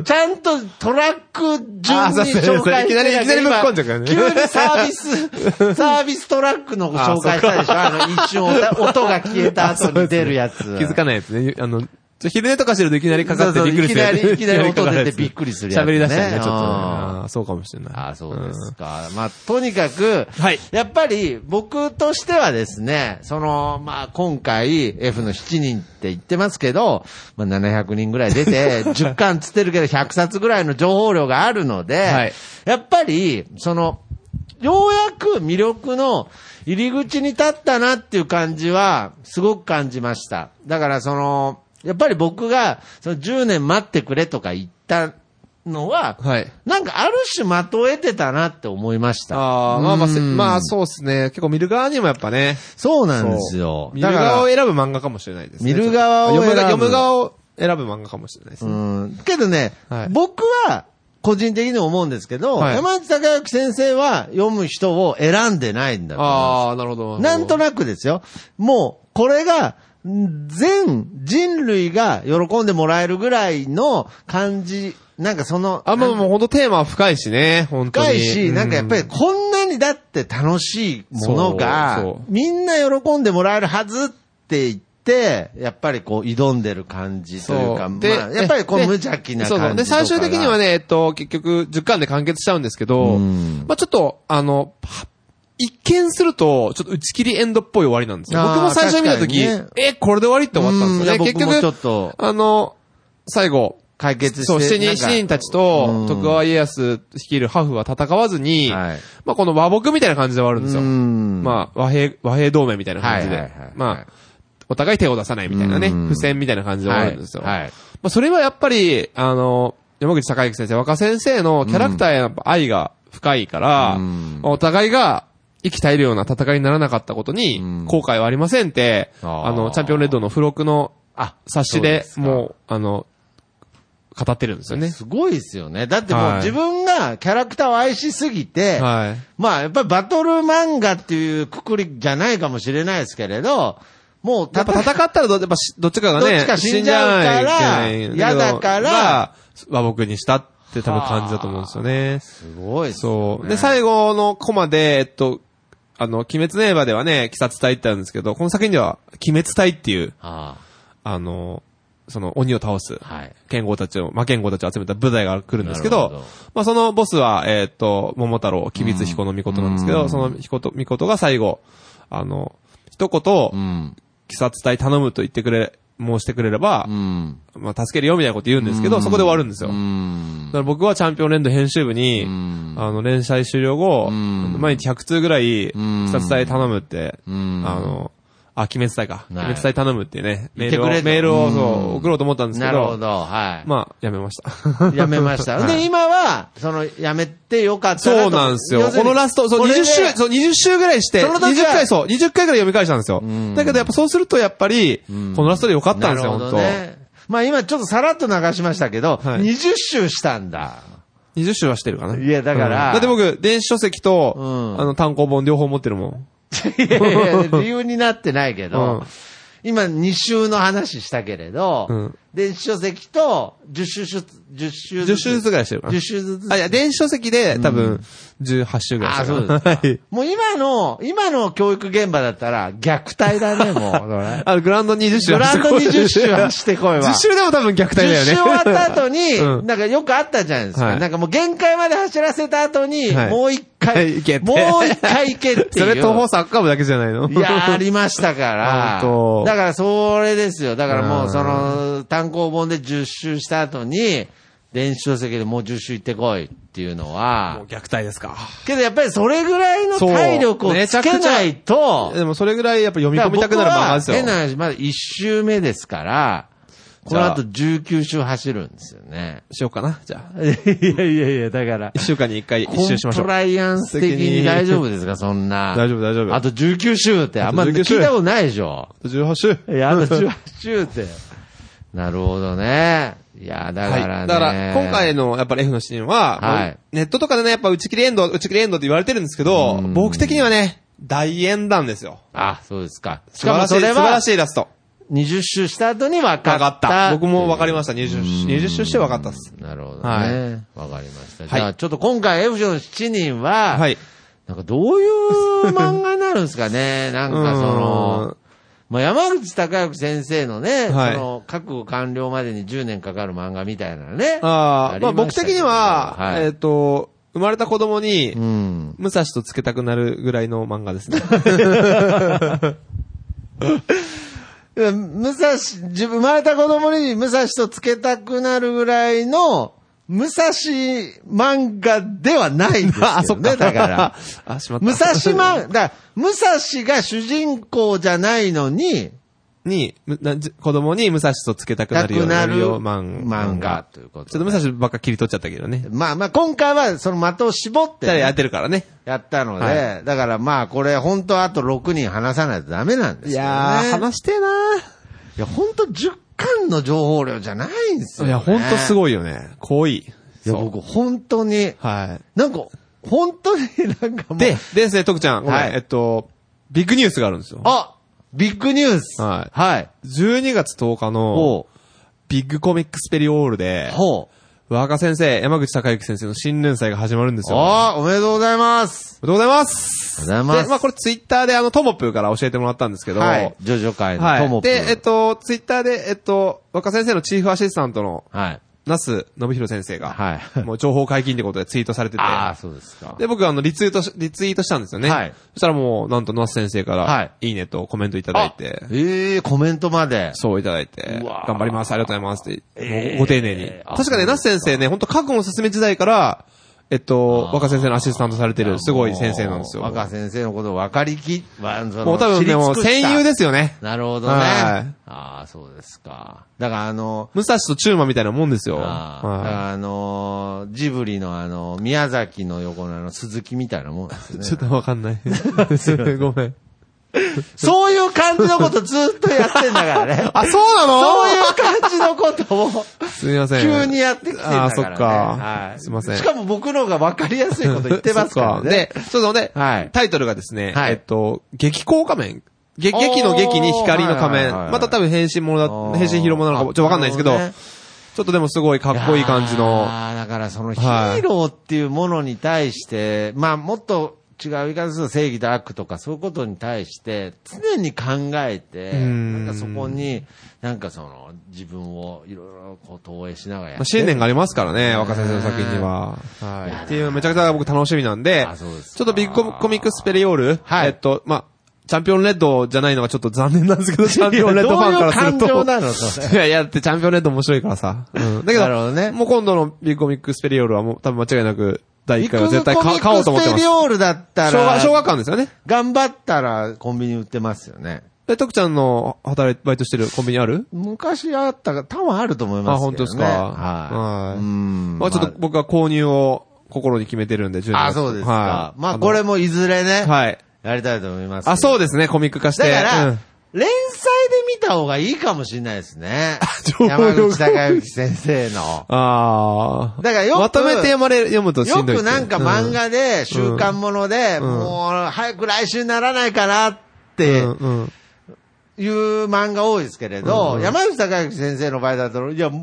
Speaker 1: ちゃんとトラック順に
Speaker 2: あそうそうそう
Speaker 1: 紹介して
Speaker 2: いきなりいきなりぶっ込んじゃうからね
Speaker 1: 今急にサービ
Speaker 2: <laughs>
Speaker 1: ス、サービストラックのご紹介したでしょあの、一瞬音音が消えた後に出る
Speaker 2: <laughs>
Speaker 1: やつ。
Speaker 2: 気づかないやつね。あの、ちょ昼寝とかしてるといきなりかかってびっくりする
Speaker 1: そうそういき
Speaker 2: やつ
Speaker 1: なりいきなり音出てびっくりするやつね
Speaker 2: 喋り出したね、ちょっとね。
Speaker 1: あー
Speaker 2: あーそうかもしれない。
Speaker 1: ああ、そうで
Speaker 2: ん
Speaker 1: すか。まあ、とにかく、
Speaker 2: はい
Speaker 1: やっぱり、僕としてはですね、その、まあ、今回、F の7人って言ってますけど、まあ、700人ぐらい出
Speaker 2: <laughs>
Speaker 1: て、10巻つってるけど、100冊ぐらいの情報量があるので、
Speaker 2: はい
Speaker 1: やっぱり、その、ようやく魅力の入り口に立ったなっていう感じは、すごく感じました。だから、その、やっぱり僕が、その10年待ってくれとか言ったのは、
Speaker 2: はい。
Speaker 1: なんかある種まとえてたなって思いました。
Speaker 2: ああ、まあまあせ、
Speaker 1: うん
Speaker 2: まあそうですね。結構見る側にもやっぱね。
Speaker 1: そうな
Speaker 2: そ
Speaker 1: ん
Speaker 2: う
Speaker 1: ですよ。
Speaker 2: 見る
Speaker 1: だか
Speaker 2: 側を
Speaker 1: ら、
Speaker 2: 選ぶ漫画かもしれないですね。
Speaker 1: 見る側を
Speaker 2: ちょっと
Speaker 1: 選ぶ
Speaker 2: 読む側を選ぶ漫画かもしれないです
Speaker 1: う
Speaker 2: ね。
Speaker 1: ん。けどね、
Speaker 2: はい
Speaker 1: 僕は個人的に思うんですけど、
Speaker 2: はい
Speaker 1: 山内隆之先生は読む人を選んでないんだと思います
Speaker 2: ああ、なるほど。
Speaker 1: なんと
Speaker 2: な
Speaker 1: なくですよ。もう、これが、ん全人類が喜んでもらえるぐらいの感じ、なんかその、
Speaker 2: あ、まあもう本当テーマは深いしね、本当
Speaker 1: 深い
Speaker 2: に。
Speaker 1: し、なんかやっぱり
Speaker 2: うん
Speaker 1: こんなにだって楽しいもの
Speaker 2: そう
Speaker 1: が
Speaker 2: そ、う
Speaker 1: みんな喜んでもらえるはずって言って、やっぱりこう挑んでる感じというか、
Speaker 2: そう
Speaker 1: まあ、やっぱりこう
Speaker 2: で
Speaker 1: 無邪気な感じと
Speaker 2: そう
Speaker 1: か
Speaker 2: そ
Speaker 1: が。
Speaker 2: う。で、最終的にはね、えっと、結局、10巻で完結しちゃうんですけど、
Speaker 1: うん
Speaker 2: まあちょっと、あの、は一見すると、ちょっと打ち切りエンドっぽい終わりなんですよ。
Speaker 1: あー
Speaker 2: 僕も最初見たとき、
Speaker 1: 確かに
Speaker 2: え、これで終わりって
Speaker 1: うん、
Speaker 2: 思ったんですよね。
Speaker 1: 結
Speaker 2: 結
Speaker 1: 局、僕もちょ
Speaker 2: 局、
Speaker 1: っと
Speaker 2: あの、最後、
Speaker 1: 解決して。
Speaker 2: そう、七人、七人たちと、徳川
Speaker 1: 家
Speaker 2: 家康率いるハーフは戦わずに、
Speaker 1: はい
Speaker 2: まあこの和睦みたいな感じで終わるんですよ。
Speaker 1: ん
Speaker 2: まあ和平、和平同盟みたいな感じ
Speaker 1: はいは
Speaker 2: で
Speaker 1: いはいはい。
Speaker 2: まあ、お互い手を出さないみたいなね、
Speaker 1: うん
Speaker 2: 不戦みたいな感じで終わるんですよ。
Speaker 1: はい。
Speaker 2: ま
Speaker 1: はい
Speaker 2: あそれはやっぱり、あの、山口孝之先生、若先生のキャラクターへのやっぱ愛が深いから、
Speaker 1: うん
Speaker 2: まあお互いが、息絶えるような戦いにならなかったことに
Speaker 1: うん、
Speaker 2: 後悔はありませんって、
Speaker 1: あー
Speaker 2: あの、チャンピオンレッドの付録の
Speaker 1: あ、
Speaker 2: 冊子
Speaker 1: そうで
Speaker 2: です
Speaker 1: か
Speaker 2: もう、あの、語ってるんですよね。
Speaker 1: すごいですよね。だってもう
Speaker 2: はい
Speaker 1: 自分がキャラクターを愛しすぎて、
Speaker 2: はい。
Speaker 1: まあ、やっぱりバトル漫画っていうくくりじゃないかもしれないですけれど、もう
Speaker 2: やっぱ戦ったらどやっぱしどっちかがね、
Speaker 1: どっちか死んじゃうから
Speaker 2: 死んじゃない
Speaker 1: 嫌だから、
Speaker 2: けどまあ和睦にしたって多分感じだと思うんですよね。
Speaker 1: すごいっすよね
Speaker 2: そう。で、最後のコマで、えっと、あの、鬼滅の刃ではね、鬼殺隊ってあるんですけど、この先には、鬼滅隊っていう、
Speaker 1: あ
Speaker 2: あの、その鬼を倒す
Speaker 1: あ、はい。
Speaker 2: 剣豪たちを、魔剣豪たちを集めた部隊が来るんですけ
Speaker 1: な
Speaker 2: ど、
Speaker 1: るほど
Speaker 2: まあそのボスは、えーっ、と、桃太郎、吉備津彦の御事なんですけど、
Speaker 1: うん
Speaker 2: その彦と、御事が最後、あの、一言、
Speaker 1: うん。
Speaker 2: 鬼殺隊頼むと言ってくれ、申してくれれば
Speaker 1: う、ん。
Speaker 2: まあ助けるよみたいなこと言うんですけど、そこで終わるんですよ。
Speaker 1: う
Speaker 2: だ
Speaker 1: ん。
Speaker 2: から僕はチャンピオン連ド編集部に、
Speaker 1: ん
Speaker 2: あの、連載終了後、
Speaker 1: ん
Speaker 2: 毎日100通ぐらい、
Speaker 1: ん
Speaker 2: 鬼殺隊頼むって、
Speaker 1: うん
Speaker 2: あの、あ、鬼滅隊か。
Speaker 1: い
Speaker 2: 鬼滅隊頼むってね、メ
Speaker 1: 言って
Speaker 2: ール
Speaker 1: く
Speaker 2: を、
Speaker 1: れと
Speaker 2: メールをそうう、
Speaker 1: ん
Speaker 2: 送ろうと思ったんですけ
Speaker 1: なるほ
Speaker 2: ど、
Speaker 1: ど、はい。
Speaker 2: まあ、やめ
Speaker 1: <laughs>
Speaker 2: ました。
Speaker 1: やめま
Speaker 2: <laughs>
Speaker 1: した。で、今は、その、やめてよかったなと
Speaker 2: そうなんですよ。
Speaker 1: 要
Speaker 2: このラスト、そう、
Speaker 1: これで
Speaker 2: 20週、そう、20週ぐらいして、
Speaker 1: その時
Speaker 2: 20
Speaker 1: は
Speaker 2: 回、そう、20回ぐらい読み返したんですよ。だけど、やっぱそうすると、やっぱり、このラストでよかったんですよ、
Speaker 1: なる
Speaker 2: 本
Speaker 1: ほど
Speaker 2: 当
Speaker 1: ね。まあ今ちょっとさらっと流しましたけど、
Speaker 2: はい
Speaker 1: 20周したんだ。
Speaker 2: 20週はしてるかな。
Speaker 1: いやだから
Speaker 2: うんだって僕、電子書籍と、
Speaker 1: うん
Speaker 2: あの、単行本両方持ってるもん。
Speaker 1: いやいや理由になってないけど、
Speaker 2: うん
Speaker 1: 今2週の話したけれど、
Speaker 2: うん
Speaker 1: 電子書籍と10週ずつ、10週
Speaker 2: 10
Speaker 1: ずつ。
Speaker 2: 週ずつぐらいしてるかな
Speaker 1: 10。週ずつ。
Speaker 2: あ、いや、電子書籍で、多分、18週ぐらい
Speaker 1: あ
Speaker 2: して
Speaker 1: そう
Speaker 2: る
Speaker 1: です
Speaker 2: か
Speaker 1: か
Speaker 2: な。はい。
Speaker 1: もう今の、今の教育現場だったら虐待だ
Speaker 2: <laughs>
Speaker 1: ね、もう。それ
Speaker 2: <laughs> あの、グランド20週
Speaker 1: グランド20週は
Speaker 2: し
Speaker 1: してこい
Speaker 2: て <laughs>
Speaker 1: わ。
Speaker 2: 10週でも多分虐待だよね。
Speaker 1: 10終わった後に、
Speaker 2: <laughs> うん
Speaker 1: なんかよくあったじゃないですか。
Speaker 2: はい
Speaker 1: なんかもう限界まで走らせた後に、
Speaker 2: <laughs> はい
Speaker 1: もう一回、
Speaker 2: 行けって
Speaker 1: もう一回行けっていう。
Speaker 2: <laughs> それ、東方サッカー部だけじゃないの
Speaker 1: いや、ありましたから。
Speaker 2: 本当
Speaker 1: だから、それですよ。だからも
Speaker 2: う
Speaker 1: う、
Speaker 2: ん
Speaker 1: その、単行本で10周した後に、電子書籍でもう10周行ってこいっていうの
Speaker 2: も
Speaker 1: は
Speaker 2: う、虐待ですか。
Speaker 1: けどやっぱりそれぐらいの
Speaker 2: そう
Speaker 1: 体力をつけないと、
Speaker 2: でもそれぐらいやっぱ読み
Speaker 1: だ
Speaker 2: 込
Speaker 1: から
Speaker 2: みたくなる漫画ですよ。
Speaker 1: 僕は変な話、まだ1周目ですから、こ
Speaker 2: じゃ
Speaker 1: の
Speaker 2: あ
Speaker 1: 後19周走るんですよね。
Speaker 2: しようかな、じゃあ。
Speaker 1: いやいやいや、だから、
Speaker 2: 一週間に一回一周しま
Speaker 1: コ
Speaker 2: しょ
Speaker 1: ン
Speaker 2: う
Speaker 1: プ。ライアンス的に大丈夫ですか、そんな。
Speaker 2: 大丈夫、大丈夫。
Speaker 1: あ
Speaker 2: あと
Speaker 1: と19周ってあんま
Speaker 2: あと19周
Speaker 1: 聞いたことないでしょ。
Speaker 2: 18週。
Speaker 1: いや、あと18周
Speaker 2: <laughs>
Speaker 1: って。なるほどね。いや、だ
Speaker 2: はい。
Speaker 1: からね。
Speaker 2: だから、今回のやっぱり F のシーンは、
Speaker 1: はい
Speaker 2: もうネットとかでね、やっぱ打ち切りエンド、打ち切りエンドって言われてるんですけど、
Speaker 1: うん
Speaker 2: 僕的にはね、大演談ですよ。
Speaker 1: あ、そうですか。し
Speaker 2: 素晴
Speaker 1: からも
Speaker 2: しい、
Speaker 1: そ
Speaker 2: 素
Speaker 1: れ
Speaker 2: 晴
Speaker 1: は
Speaker 2: らしいイラスト。
Speaker 1: 20周した後に分か
Speaker 2: 分
Speaker 1: っ
Speaker 2: か
Speaker 1: た。
Speaker 2: った。僕も分かりました。
Speaker 1: うん
Speaker 2: 20、20周して分かったっす。
Speaker 1: なるほど
Speaker 2: は
Speaker 1: ね。わ、かりました。
Speaker 2: い
Speaker 1: じゃあ、ちょっと今回 F の7人は、
Speaker 2: はい。
Speaker 1: なんかどういう漫画になるんですか
Speaker 2: <laughs>
Speaker 1: ねなんかその、まあ、山口孝之先生のね、
Speaker 2: はい
Speaker 1: その、覚悟完了までに10年かかる漫画みたいなね。
Speaker 2: ああ、まあ僕的には、
Speaker 1: ありましたけどはい
Speaker 2: えっ、と、生まれた子供に、
Speaker 1: うん。
Speaker 2: 武蔵とつけたくなるぐらいの漫
Speaker 1: <laughs>
Speaker 2: 画ですね。
Speaker 1: 武蔵、自分、生まれた子供に武蔵とつけたくなるぐらいの、武蔵漫画ではないですよね。
Speaker 2: <laughs> あ、そっか。
Speaker 1: だから。。
Speaker 2: <laughs> あ、しまった。
Speaker 1: 武蔵漫、だから武蔵が主人公じゃないのに、
Speaker 2: <laughs> に、むなじ子供に武蔵とつけたくなるようなよう漫
Speaker 1: 漫画。ということで。
Speaker 2: ちょっと武蔵ばっか切り取っちゃったけどね。
Speaker 1: まあまあ、今回はその的を絞って
Speaker 2: 二人
Speaker 1: ね、
Speaker 2: やってるからね。
Speaker 1: やったので、
Speaker 2: は
Speaker 1: だからまあこれ本当あと6人話さないとダメなんです
Speaker 2: い
Speaker 1: よ、ね。
Speaker 2: やー、
Speaker 1: い
Speaker 2: 話してーな
Speaker 1: や、本当10巻の情報量じゃないんですよ、
Speaker 2: ー。
Speaker 1: ね。
Speaker 2: いや、ほんとすごいよね。濃い。
Speaker 1: いや、僕本当に、
Speaker 2: は
Speaker 1: なんか、本当になんかも
Speaker 2: い。
Speaker 1: う、
Speaker 2: で、でですね、徳ちゃん、ごめん
Speaker 1: はい
Speaker 2: えっと、ビッグニュースがあるんですよ。
Speaker 1: あビッグニュース
Speaker 2: はい
Speaker 1: はい。
Speaker 2: 12月10日の、
Speaker 1: ほ
Speaker 2: ビッグコミックスペリオール
Speaker 1: う。
Speaker 2: で、
Speaker 1: ほう。
Speaker 2: 若先生、山口孝之先生の新連載が始まるんですよ。
Speaker 1: あーおめでとうございます。
Speaker 2: おめでとうございます
Speaker 1: ありがとうございます
Speaker 2: で、まあこれツイッターであの、トモプーから教えてもらったんですけど、
Speaker 1: はい。ジョジョ会の
Speaker 2: は
Speaker 1: トモ
Speaker 2: い。
Speaker 1: プ。
Speaker 2: で、えっと、ツイッターで、えっと、若先生のチーフアシスタントの、
Speaker 1: はい。
Speaker 2: 那須信弘先生が、
Speaker 1: <laughs> はい
Speaker 2: もう情報解禁ってことでツイートされてて、
Speaker 1: ああ、そうですか。
Speaker 2: で、僕はあの、リツイートし、リツイートしたんですよね。
Speaker 1: はい
Speaker 2: そしたらもう、なんと那須先生から、。
Speaker 1: はい
Speaker 2: いねとコメントいただいて
Speaker 1: あ、ええコメントまで。
Speaker 2: そういただいて、
Speaker 1: うわー
Speaker 2: 頑張ります、ありがとうございますって、
Speaker 1: えー
Speaker 2: もうご丁寧に。
Speaker 1: あ
Speaker 2: 確かね、那須先生ね、本当覚悟のすすめ時代から、えっと、若先生のアシスタントされてる、すごい先生なんですよ。
Speaker 1: もう若先生のことを分かりき、わその
Speaker 2: もう多分ね、もう戦友
Speaker 1: で。
Speaker 2: ですよね。
Speaker 1: なるほどね。
Speaker 2: はい
Speaker 1: ああ、そうですか。だからあの、
Speaker 2: 武蔵と中馬みたいなもんですよ。
Speaker 1: ああだか
Speaker 2: はい
Speaker 1: らあのー、ジブリのあの、宮崎の横のあの、鈴木みたいなもん <laughs>
Speaker 2: <laughs>
Speaker 1: ですね。
Speaker 2: ちょっとわかんない。 <laughs> ごめん。。
Speaker 1: そういう感じのことずっとやってんだからね
Speaker 2: <laughs> あ、そうなの
Speaker 1: そういう感じのこと
Speaker 2: <laughs>
Speaker 1: を、
Speaker 2: すみません。
Speaker 1: 急にやってきてんだから、ね。
Speaker 2: あーそっか
Speaker 1: はい。
Speaker 2: すいません
Speaker 1: しかも僕の方が分かりやすいこと言ってますからね。
Speaker 2: そっで、そうそうで、
Speaker 1: はい
Speaker 2: タイトルがですね、
Speaker 1: はい
Speaker 2: えっと、激光仮面。げ
Speaker 1: おー
Speaker 2: 劇の劇に光の仮
Speaker 1: はい
Speaker 2: 面。
Speaker 1: はいはい
Speaker 2: また多分変身も
Speaker 1: あ
Speaker 2: の
Speaker 1: ー
Speaker 2: だ、変身広物なのかも、ちょっとわかんないですけど、
Speaker 1: なるほどね
Speaker 2: ちょっとでもすごいかっこいい感じの、
Speaker 1: ああ、だからそのヒーローっていうものに対して、まあもっと違う言い方すると正義と悪とかそういうことに対して常に考えて、
Speaker 2: うん
Speaker 1: なんかそこに、なんかその自分をいろいろこう投影しながらや
Speaker 2: ま
Speaker 1: っ
Speaker 2: あ、
Speaker 1: て
Speaker 2: 信
Speaker 1: る。
Speaker 2: 念がありますからね、若先生の作品には。はい。っていう、めちゃくちゃ僕楽しみなんで
Speaker 1: あそうです、か
Speaker 2: ちょっとビッグコミックスペリオール、
Speaker 1: はい
Speaker 2: えっと、まあ、チャンピオンレッドじゃないのがちょっと残念なんですけど、チャンピオンレッドファンからすると。
Speaker 1: いやどういう感情なのそれ
Speaker 2: <laughs> いや、いや、だってチャンピオンレッド面白いからさ。うん。だけど、
Speaker 1: なるほどね
Speaker 2: もう今度のビッグコミックスペリオールはもう多分間違いなく、第
Speaker 1: ビッ
Speaker 2: 1
Speaker 1: グ
Speaker 2: 回は絶対
Speaker 1: コミッ
Speaker 2: 買
Speaker 1: ク
Speaker 2: 買おうと思って
Speaker 1: ス
Speaker 2: ま
Speaker 1: ペリ
Speaker 2: す。
Speaker 1: オールだった
Speaker 2: 小学、小
Speaker 1: ら、
Speaker 2: 学館ですよね。
Speaker 1: 頑張ったらコンビニ売ってますよね。
Speaker 2: え、徳ちゃんの働い、バイトしてるコンビニある
Speaker 1: 昔あったが、多分あると思いますけど、ね。
Speaker 2: あ本当ですか
Speaker 1: はい。
Speaker 2: はい
Speaker 1: うん
Speaker 2: まあちょっと僕は購入を心に決めてるんで、12月
Speaker 1: あ、そうですか。
Speaker 2: はい
Speaker 1: まあ、これもいずれね、
Speaker 2: のはい。
Speaker 1: やりたいと思います。
Speaker 2: あ、そう
Speaker 1: で
Speaker 2: ですね、コミック化し
Speaker 1: す。だ
Speaker 2: て。
Speaker 1: から、
Speaker 2: うん
Speaker 1: 連載で見た方がいいかもしれないですね。
Speaker 2: 情報
Speaker 1: 山
Speaker 2: 量
Speaker 1: 口
Speaker 2: が
Speaker 1: 孝之先生の。
Speaker 2: ああ。
Speaker 1: だからよく
Speaker 2: まとめて読まれ、読むとし
Speaker 1: よ
Speaker 2: んどいっ
Speaker 1: く
Speaker 2: て。
Speaker 1: なんか漫画で、週刊もので、
Speaker 2: ん
Speaker 1: もう、早く来週にならないかなっ
Speaker 2: う
Speaker 1: て
Speaker 2: ん、うんうん。
Speaker 1: いう漫画多いですけれど、
Speaker 2: うんうん
Speaker 1: 山口孝之先生の場合だと、いや、ま、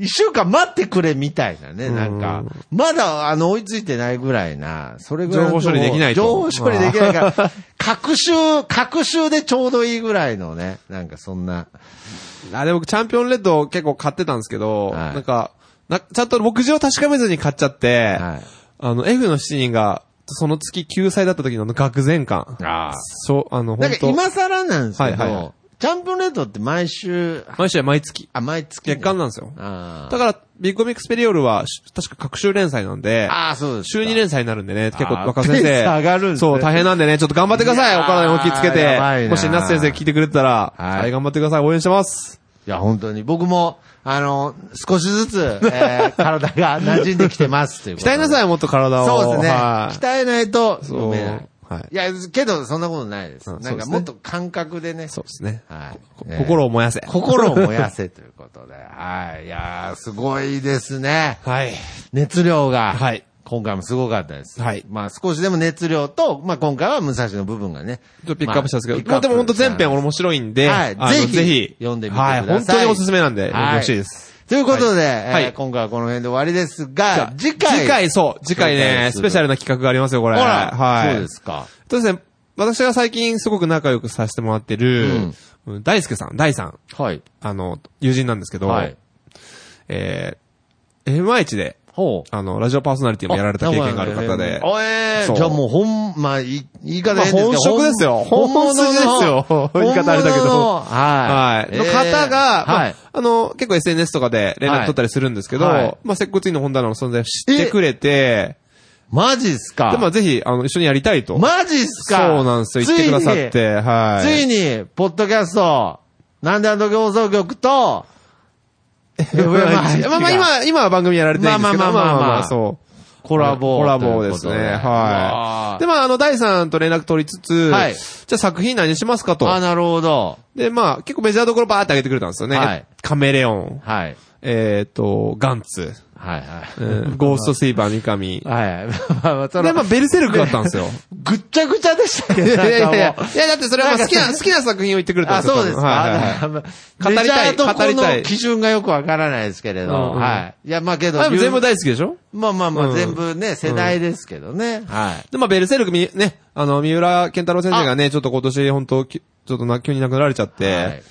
Speaker 1: 一週間待ってくれみたいなね、なんか、まだ、あの、追いついてないぐらいな、それぐらいの
Speaker 2: 情報処理できないと
Speaker 1: 情報処理できない
Speaker 2: <laughs>
Speaker 1: から、各週、各週でちょうどいいぐらいのね、なんかそんな、
Speaker 2: あれ僕、チャンピオンレッド結構買ってたんですけど、
Speaker 1: はい
Speaker 2: なんか、なちゃんと目次を確かめずに買っちゃって、
Speaker 1: はい
Speaker 2: あの、F の7人が、その月救済だった時のあの、愕然感。
Speaker 1: ああ。
Speaker 2: そう、あの、
Speaker 1: なん
Speaker 2: 本
Speaker 1: か
Speaker 2: 当
Speaker 1: 今更なんですけど、
Speaker 2: はいはいはい
Speaker 1: チャンピオンレッドって毎週、
Speaker 2: 毎試合毎月。
Speaker 1: あ、毎月ね、
Speaker 2: 月間なんですよ。
Speaker 1: あ
Speaker 2: だ
Speaker 1: ー
Speaker 2: から、ビッグコミックスペリオールは、し確か各週連載なんで、
Speaker 1: あー、そうです。
Speaker 2: 週2連載になるんでね、結構
Speaker 1: あー
Speaker 2: 若
Speaker 1: ペー
Speaker 2: 先生。
Speaker 1: ス上がるんですね
Speaker 2: そう、大変なんでね、ちょっと頑張ってくださ
Speaker 1: い
Speaker 2: い。
Speaker 1: やー
Speaker 2: お体にお気をつけ
Speaker 1: やば
Speaker 2: て。
Speaker 1: いな
Speaker 2: もし、ナス先生聞いてくれてたら、
Speaker 1: はい
Speaker 2: はい、頑張ってください。応援してます。
Speaker 1: いや、本当に。僕も、あの、少しず
Speaker 2: <laughs>
Speaker 1: つ、えー体が馴染んできてますっていうこと
Speaker 2: 鍛えなさ
Speaker 1: い。
Speaker 2: い、もっと体を。
Speaker 1: そうですね。
Speaker 2: はい。
Speaker 1: 鍛えないと、
Speaker 2: そう
Speaker 1: 飲めない。
Speaker 2: はい
Speaker 1: いや、けど、そんなことないです。
Speaker 2: う
Speaker 1: な
Speaker 2: ん
Speaker 1: んか、
Speaker 2: そうですね
Speaker 1: もっと感覚でね。
Speaker 2: そうですね。
Speaker 1: はい
Speaker 2: こ。
Speaker 1: えー
Speaker 2: 心を燃やせ。
Speaker 1: 心を燃やせということで。はい。いやー、すごいですね。
Speaker 2: はい。
Speaker 1: 熱量が。
Speaker 2: はい。
Speaker 1: 今回もすごかったです。
Speaker 2: はい
Speaker 1: まあ少しでも熱量と、まあ今回は武蔵の部分がね。
Speaker 2: ちょっとピックアップしたんですけど、
Speaker 1: ま
Speaker 2: も
Speaker 1: あ
Speaker 2: うでも本当全編
Speaker 1: ピックアップ
Speaker 2: 面白いんで、
Speaker 1: はい
Speaker 2: あの
Speaker 1: ぜひ
Speaker 2: ぜひ、
Speaker 1: 読んでみてくださ
Speaker 2: はいい、本当におすすめなんで、
Speaker 1: はい
Speaker 2: 読んでほしいです。
Speaker 1: ということで、えー
Speaker 2: はい
Speaker 1: 今回はこの辺で終わりですが、次回。
Speaker 2: 次回、そう、次回
Speaker 1: 紹介
Speaker 2: ね、
Speaker 1: す
Speaker 2: ス
Speaker 1: る
Speaker 2: ペシャルな企画がありますよ、こ
Speaker 1: ほ
Speaker 2: れ。
Speaker 1: ら、
Speaker 2: はい。
Speaker 1: そうですか。
Speaker 2: そうですね、私が最近すごく仲良くさせてもらってる、うん大輔さん、大さん、
Speaker 1: はい。
Speaker 2: あの、友人なんですけど、
Speaker 1: はい。
Speaker 2: えー、MH で、
Speaker 1: ほう。
Speaker 2: あの、ラジオパーソナリティもやられた経験がある方で、
Speaker 1: あえ
Speaker 2: そ
Speaker 1: ー、
Speaker 2: う
Speaker 1: じゃあもうほん、まあ、い言い方変ですけど
Speaker 2: まあ本職ですよ
Speaker 1: ほん
Speaker 2: 本筋ですよ
Speaker 1: <laughs> 本物の
Speaker 2: 言い方あれだけど
Speaker 1: 本物のは。
Speaker 2: はいい。の方が、ま
Speaker 1: は
Speaker 2: あ
Speaker 1: い。
Speaker 2: あの、結構 SNS とかで連絡取ったりするんですけど、
Speaker 1: はいはい
Speaker 2: まあ、接骨院の本棚の存在を知ってくれて、
Speaker 1: マジっすか
Speaker 2: で、まあ、ぜひ、あの、一緒にやりたいと。
Speaker 1: マジっす
Speaker 2: そう
Speaker 1: か
Speaker 2: なんですよ。言ってくださって、はい。
Speaker 1: ついに、ポッドキャスト、なんであの時放送局
Speaker 2: <laughs>
Speaker 1: と、 <laughs>
Speaker 2: まあまあ、今、今は番組やられてないんですけど、
Speaker 1: ま
Speaker 2: ま
Speaker 1: あ
Speaker 2: あ
Speaker 1: まあ
Speaker 2: ま
Speaker 1: まあまあ
Speaker 2: あまあ、そう。
Speaker 1: コラボ。
Speaker 2: コラボですね。はい。
Speaker 1: で、
Speaker 2: で、まあ、あの、第3と連絡取りつつ、
Speaker 1: はい
Speaker 2: じゃあ作品何しますかと。
Speaker 1: あ、なるほど。
Speaker 2: で、まあ、結構メジャーどころバーって上げてくれたんですよね。
Speaker 1: はい
Speaker 2: カメレオン、
Speaker 1: はい。
Speaker 2: えっ、と、ガンツ、
Speaker 1: はい
Speaker 2: うんゴーストスイーバー三上。
Speaker 1: はい。 <laughs> はい。まあまあ、そ
Speaker 2: で、まあ、
Speaker 1: の、
Speaker 2: ベルセルクだったんですよ。
Speaker 1: ぐっちゃぐちゃでしたけ
Speaker 2: い
Speaker 1: ど、
Speaker 2: やいやい
Speaker 1: なん
Speaker 2: や
Speaker 1: かもう。
Speaker 2: いや、だってそれはまあ
Speaker 1: なん
Speaker 2: 好
Speaker 1: か
Speaker 2: きな、好きな作品を言ってくれたん
Speaker 1: あ、
Speaker 2: ですよ。
Speaker 1: そうですか。
Speaker 2: はいはいはい
Speaker 1: 語
Speaker 2: りたい
Speaker 1: 語
Speaker 2: 語
Speaker 1: り
Speaker 2: り
Speaker 1: た
Speaker 2: た
Speaker 1: い。
Speaker 2: い
Speaker 1: 基準がよくわからないですけれど。
Speaker 2: うんうん
Speaker 1: はい。いや、まあけど
Speaker 2: まあ、でも全部
Speaker 1: 言う
Speaker 2: 大好きでしょ
Speaker 1: まあまあま
Speaker 2: う
Speaker 1: あ、
Speaker 2: ん
Speaker 1: 全部ね、世代ですけどね。はい。
Speaker 2: で、まあ、ベルセルクみ、ね、あの、三浦健太郎先生がね、ちょっと今年、本当きちょっとな、急に亡くなられちゃって、
Speaker 1: はい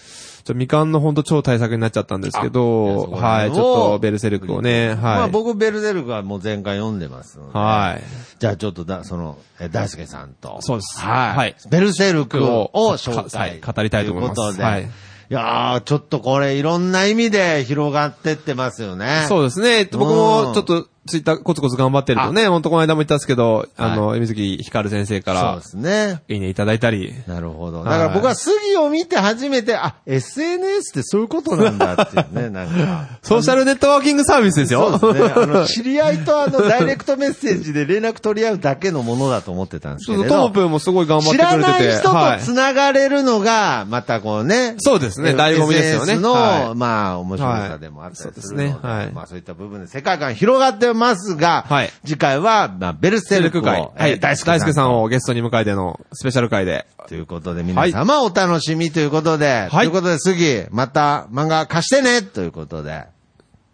Speaker 2: ちょ、未完の本当超大作になっちゃったんですけ
Speaker 1: あいやそ
Speaker 2: ど、
Speaker 1: こら
Speaker 2: はい、
Speaker 1: 辺を
Speaker 2: ちょっとベルセルクをね、はい。
Speaker 1: まあ僕、ベルゼルクはもう前回読んでますので。
Speaker 2: はい。
Speaker 1: じゃあちょっとだ、その、え大輔さんと。
Speaker 2: そうです
Speaker 1: はい。
Speaker 2: はい
Speaker 1: ベルセルクを
Speaker 2: を
Speaker 1: 紹介。
Speaker 2: か語りたいと思います
Speaker 1: とうことで。。
Speaker 2: はいい
Speaker 1: やー、ちょっとこれいろんな意味で広がってってますよね。。
Speaker 2: そううですね。僕
Speaker 1: うん
Speaker 2: も、ちょっと、ツイッターコツコツ頑張ってるとね、本当この間も言ったんですけど、あの、水木ひかる先生か
Speaker 1: そう
Speaker 2: ら
Speaker 1: で、すね。
Speaker 2: いいねいただいたり、
Speaker 1: なるほど。だ
Speaker 2: はい
Speaker 1: から僕は杉を見て初めて、あ、SNS ってそういうことなんだっていう
Speaker 2: <laughs>
Speaker 1: ね、なんか。
Speaker 2: ソーシャルネットワーキングサービスですよ。
Speaker 1: そうです
Speaker 2: <laughs>
Speaker 1: ね。あの、知り合いとあの、ダイレクトメッセージで連絡取り合うだけのものだと思ってたんですけ
Speaker 2: そ
Speaker 1: れ
Speaker 2: うそ
Speaker 1: ど。
Speaker 2: う、トープもすごい頑張って
Speaker 1: 知
Speaker 2: くれて
Speaker 1: ら
Speaker 2: て。
Speaker 1: ない人
Speaker 2: は
Speaker 1: と
Speaker 2: い
Speaker 1: 繋がれるのが、またこうね。
Speaker 2: そうですね、醍醐味ですよね。
Speaker 1: SNS の、
Speaker 2: はい
Speaker 1: まあ、面白さでもあったりするので、
Speaker 2: はいそうですねはい
Speaker 1: まあ、そういった部分で世界観広がってますが、
Speaker 2: はい
Speaker 1: 次回は、まあ、ベルセ
Speaker 2: セ
Speaker 1: ル
Speaker 2: ル
Speaker 1: ク
Speaker 2: ク
Speaker 1: を、
Speaker 2: 会。
Speaker 1: えー大輔さん。
Speaker 2: 大輔さんをゲストに迎えてのスペシャル会で。
Speaker 1: ということで、皆様お楽しみということで、
Speaker 2: はい
Speaker 1: ということで、次、また漫画貸してねということで、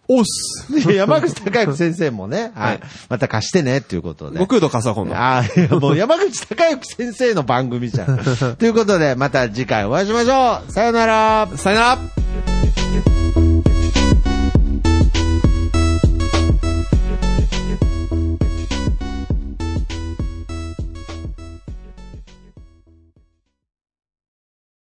Speaker 2: おっす
Speaker 1: <laughs> 山口孝之先生もね、 <laughs> はい、また貸してねということで。
Speaker 2: 悟空と笠本の。
Speaker 1: ああ、いやもう山口孝之先 <laughs> 生の番組じゃん。ということで、また次回お会いしましょう。さよなら。
Speaker 2: さよなら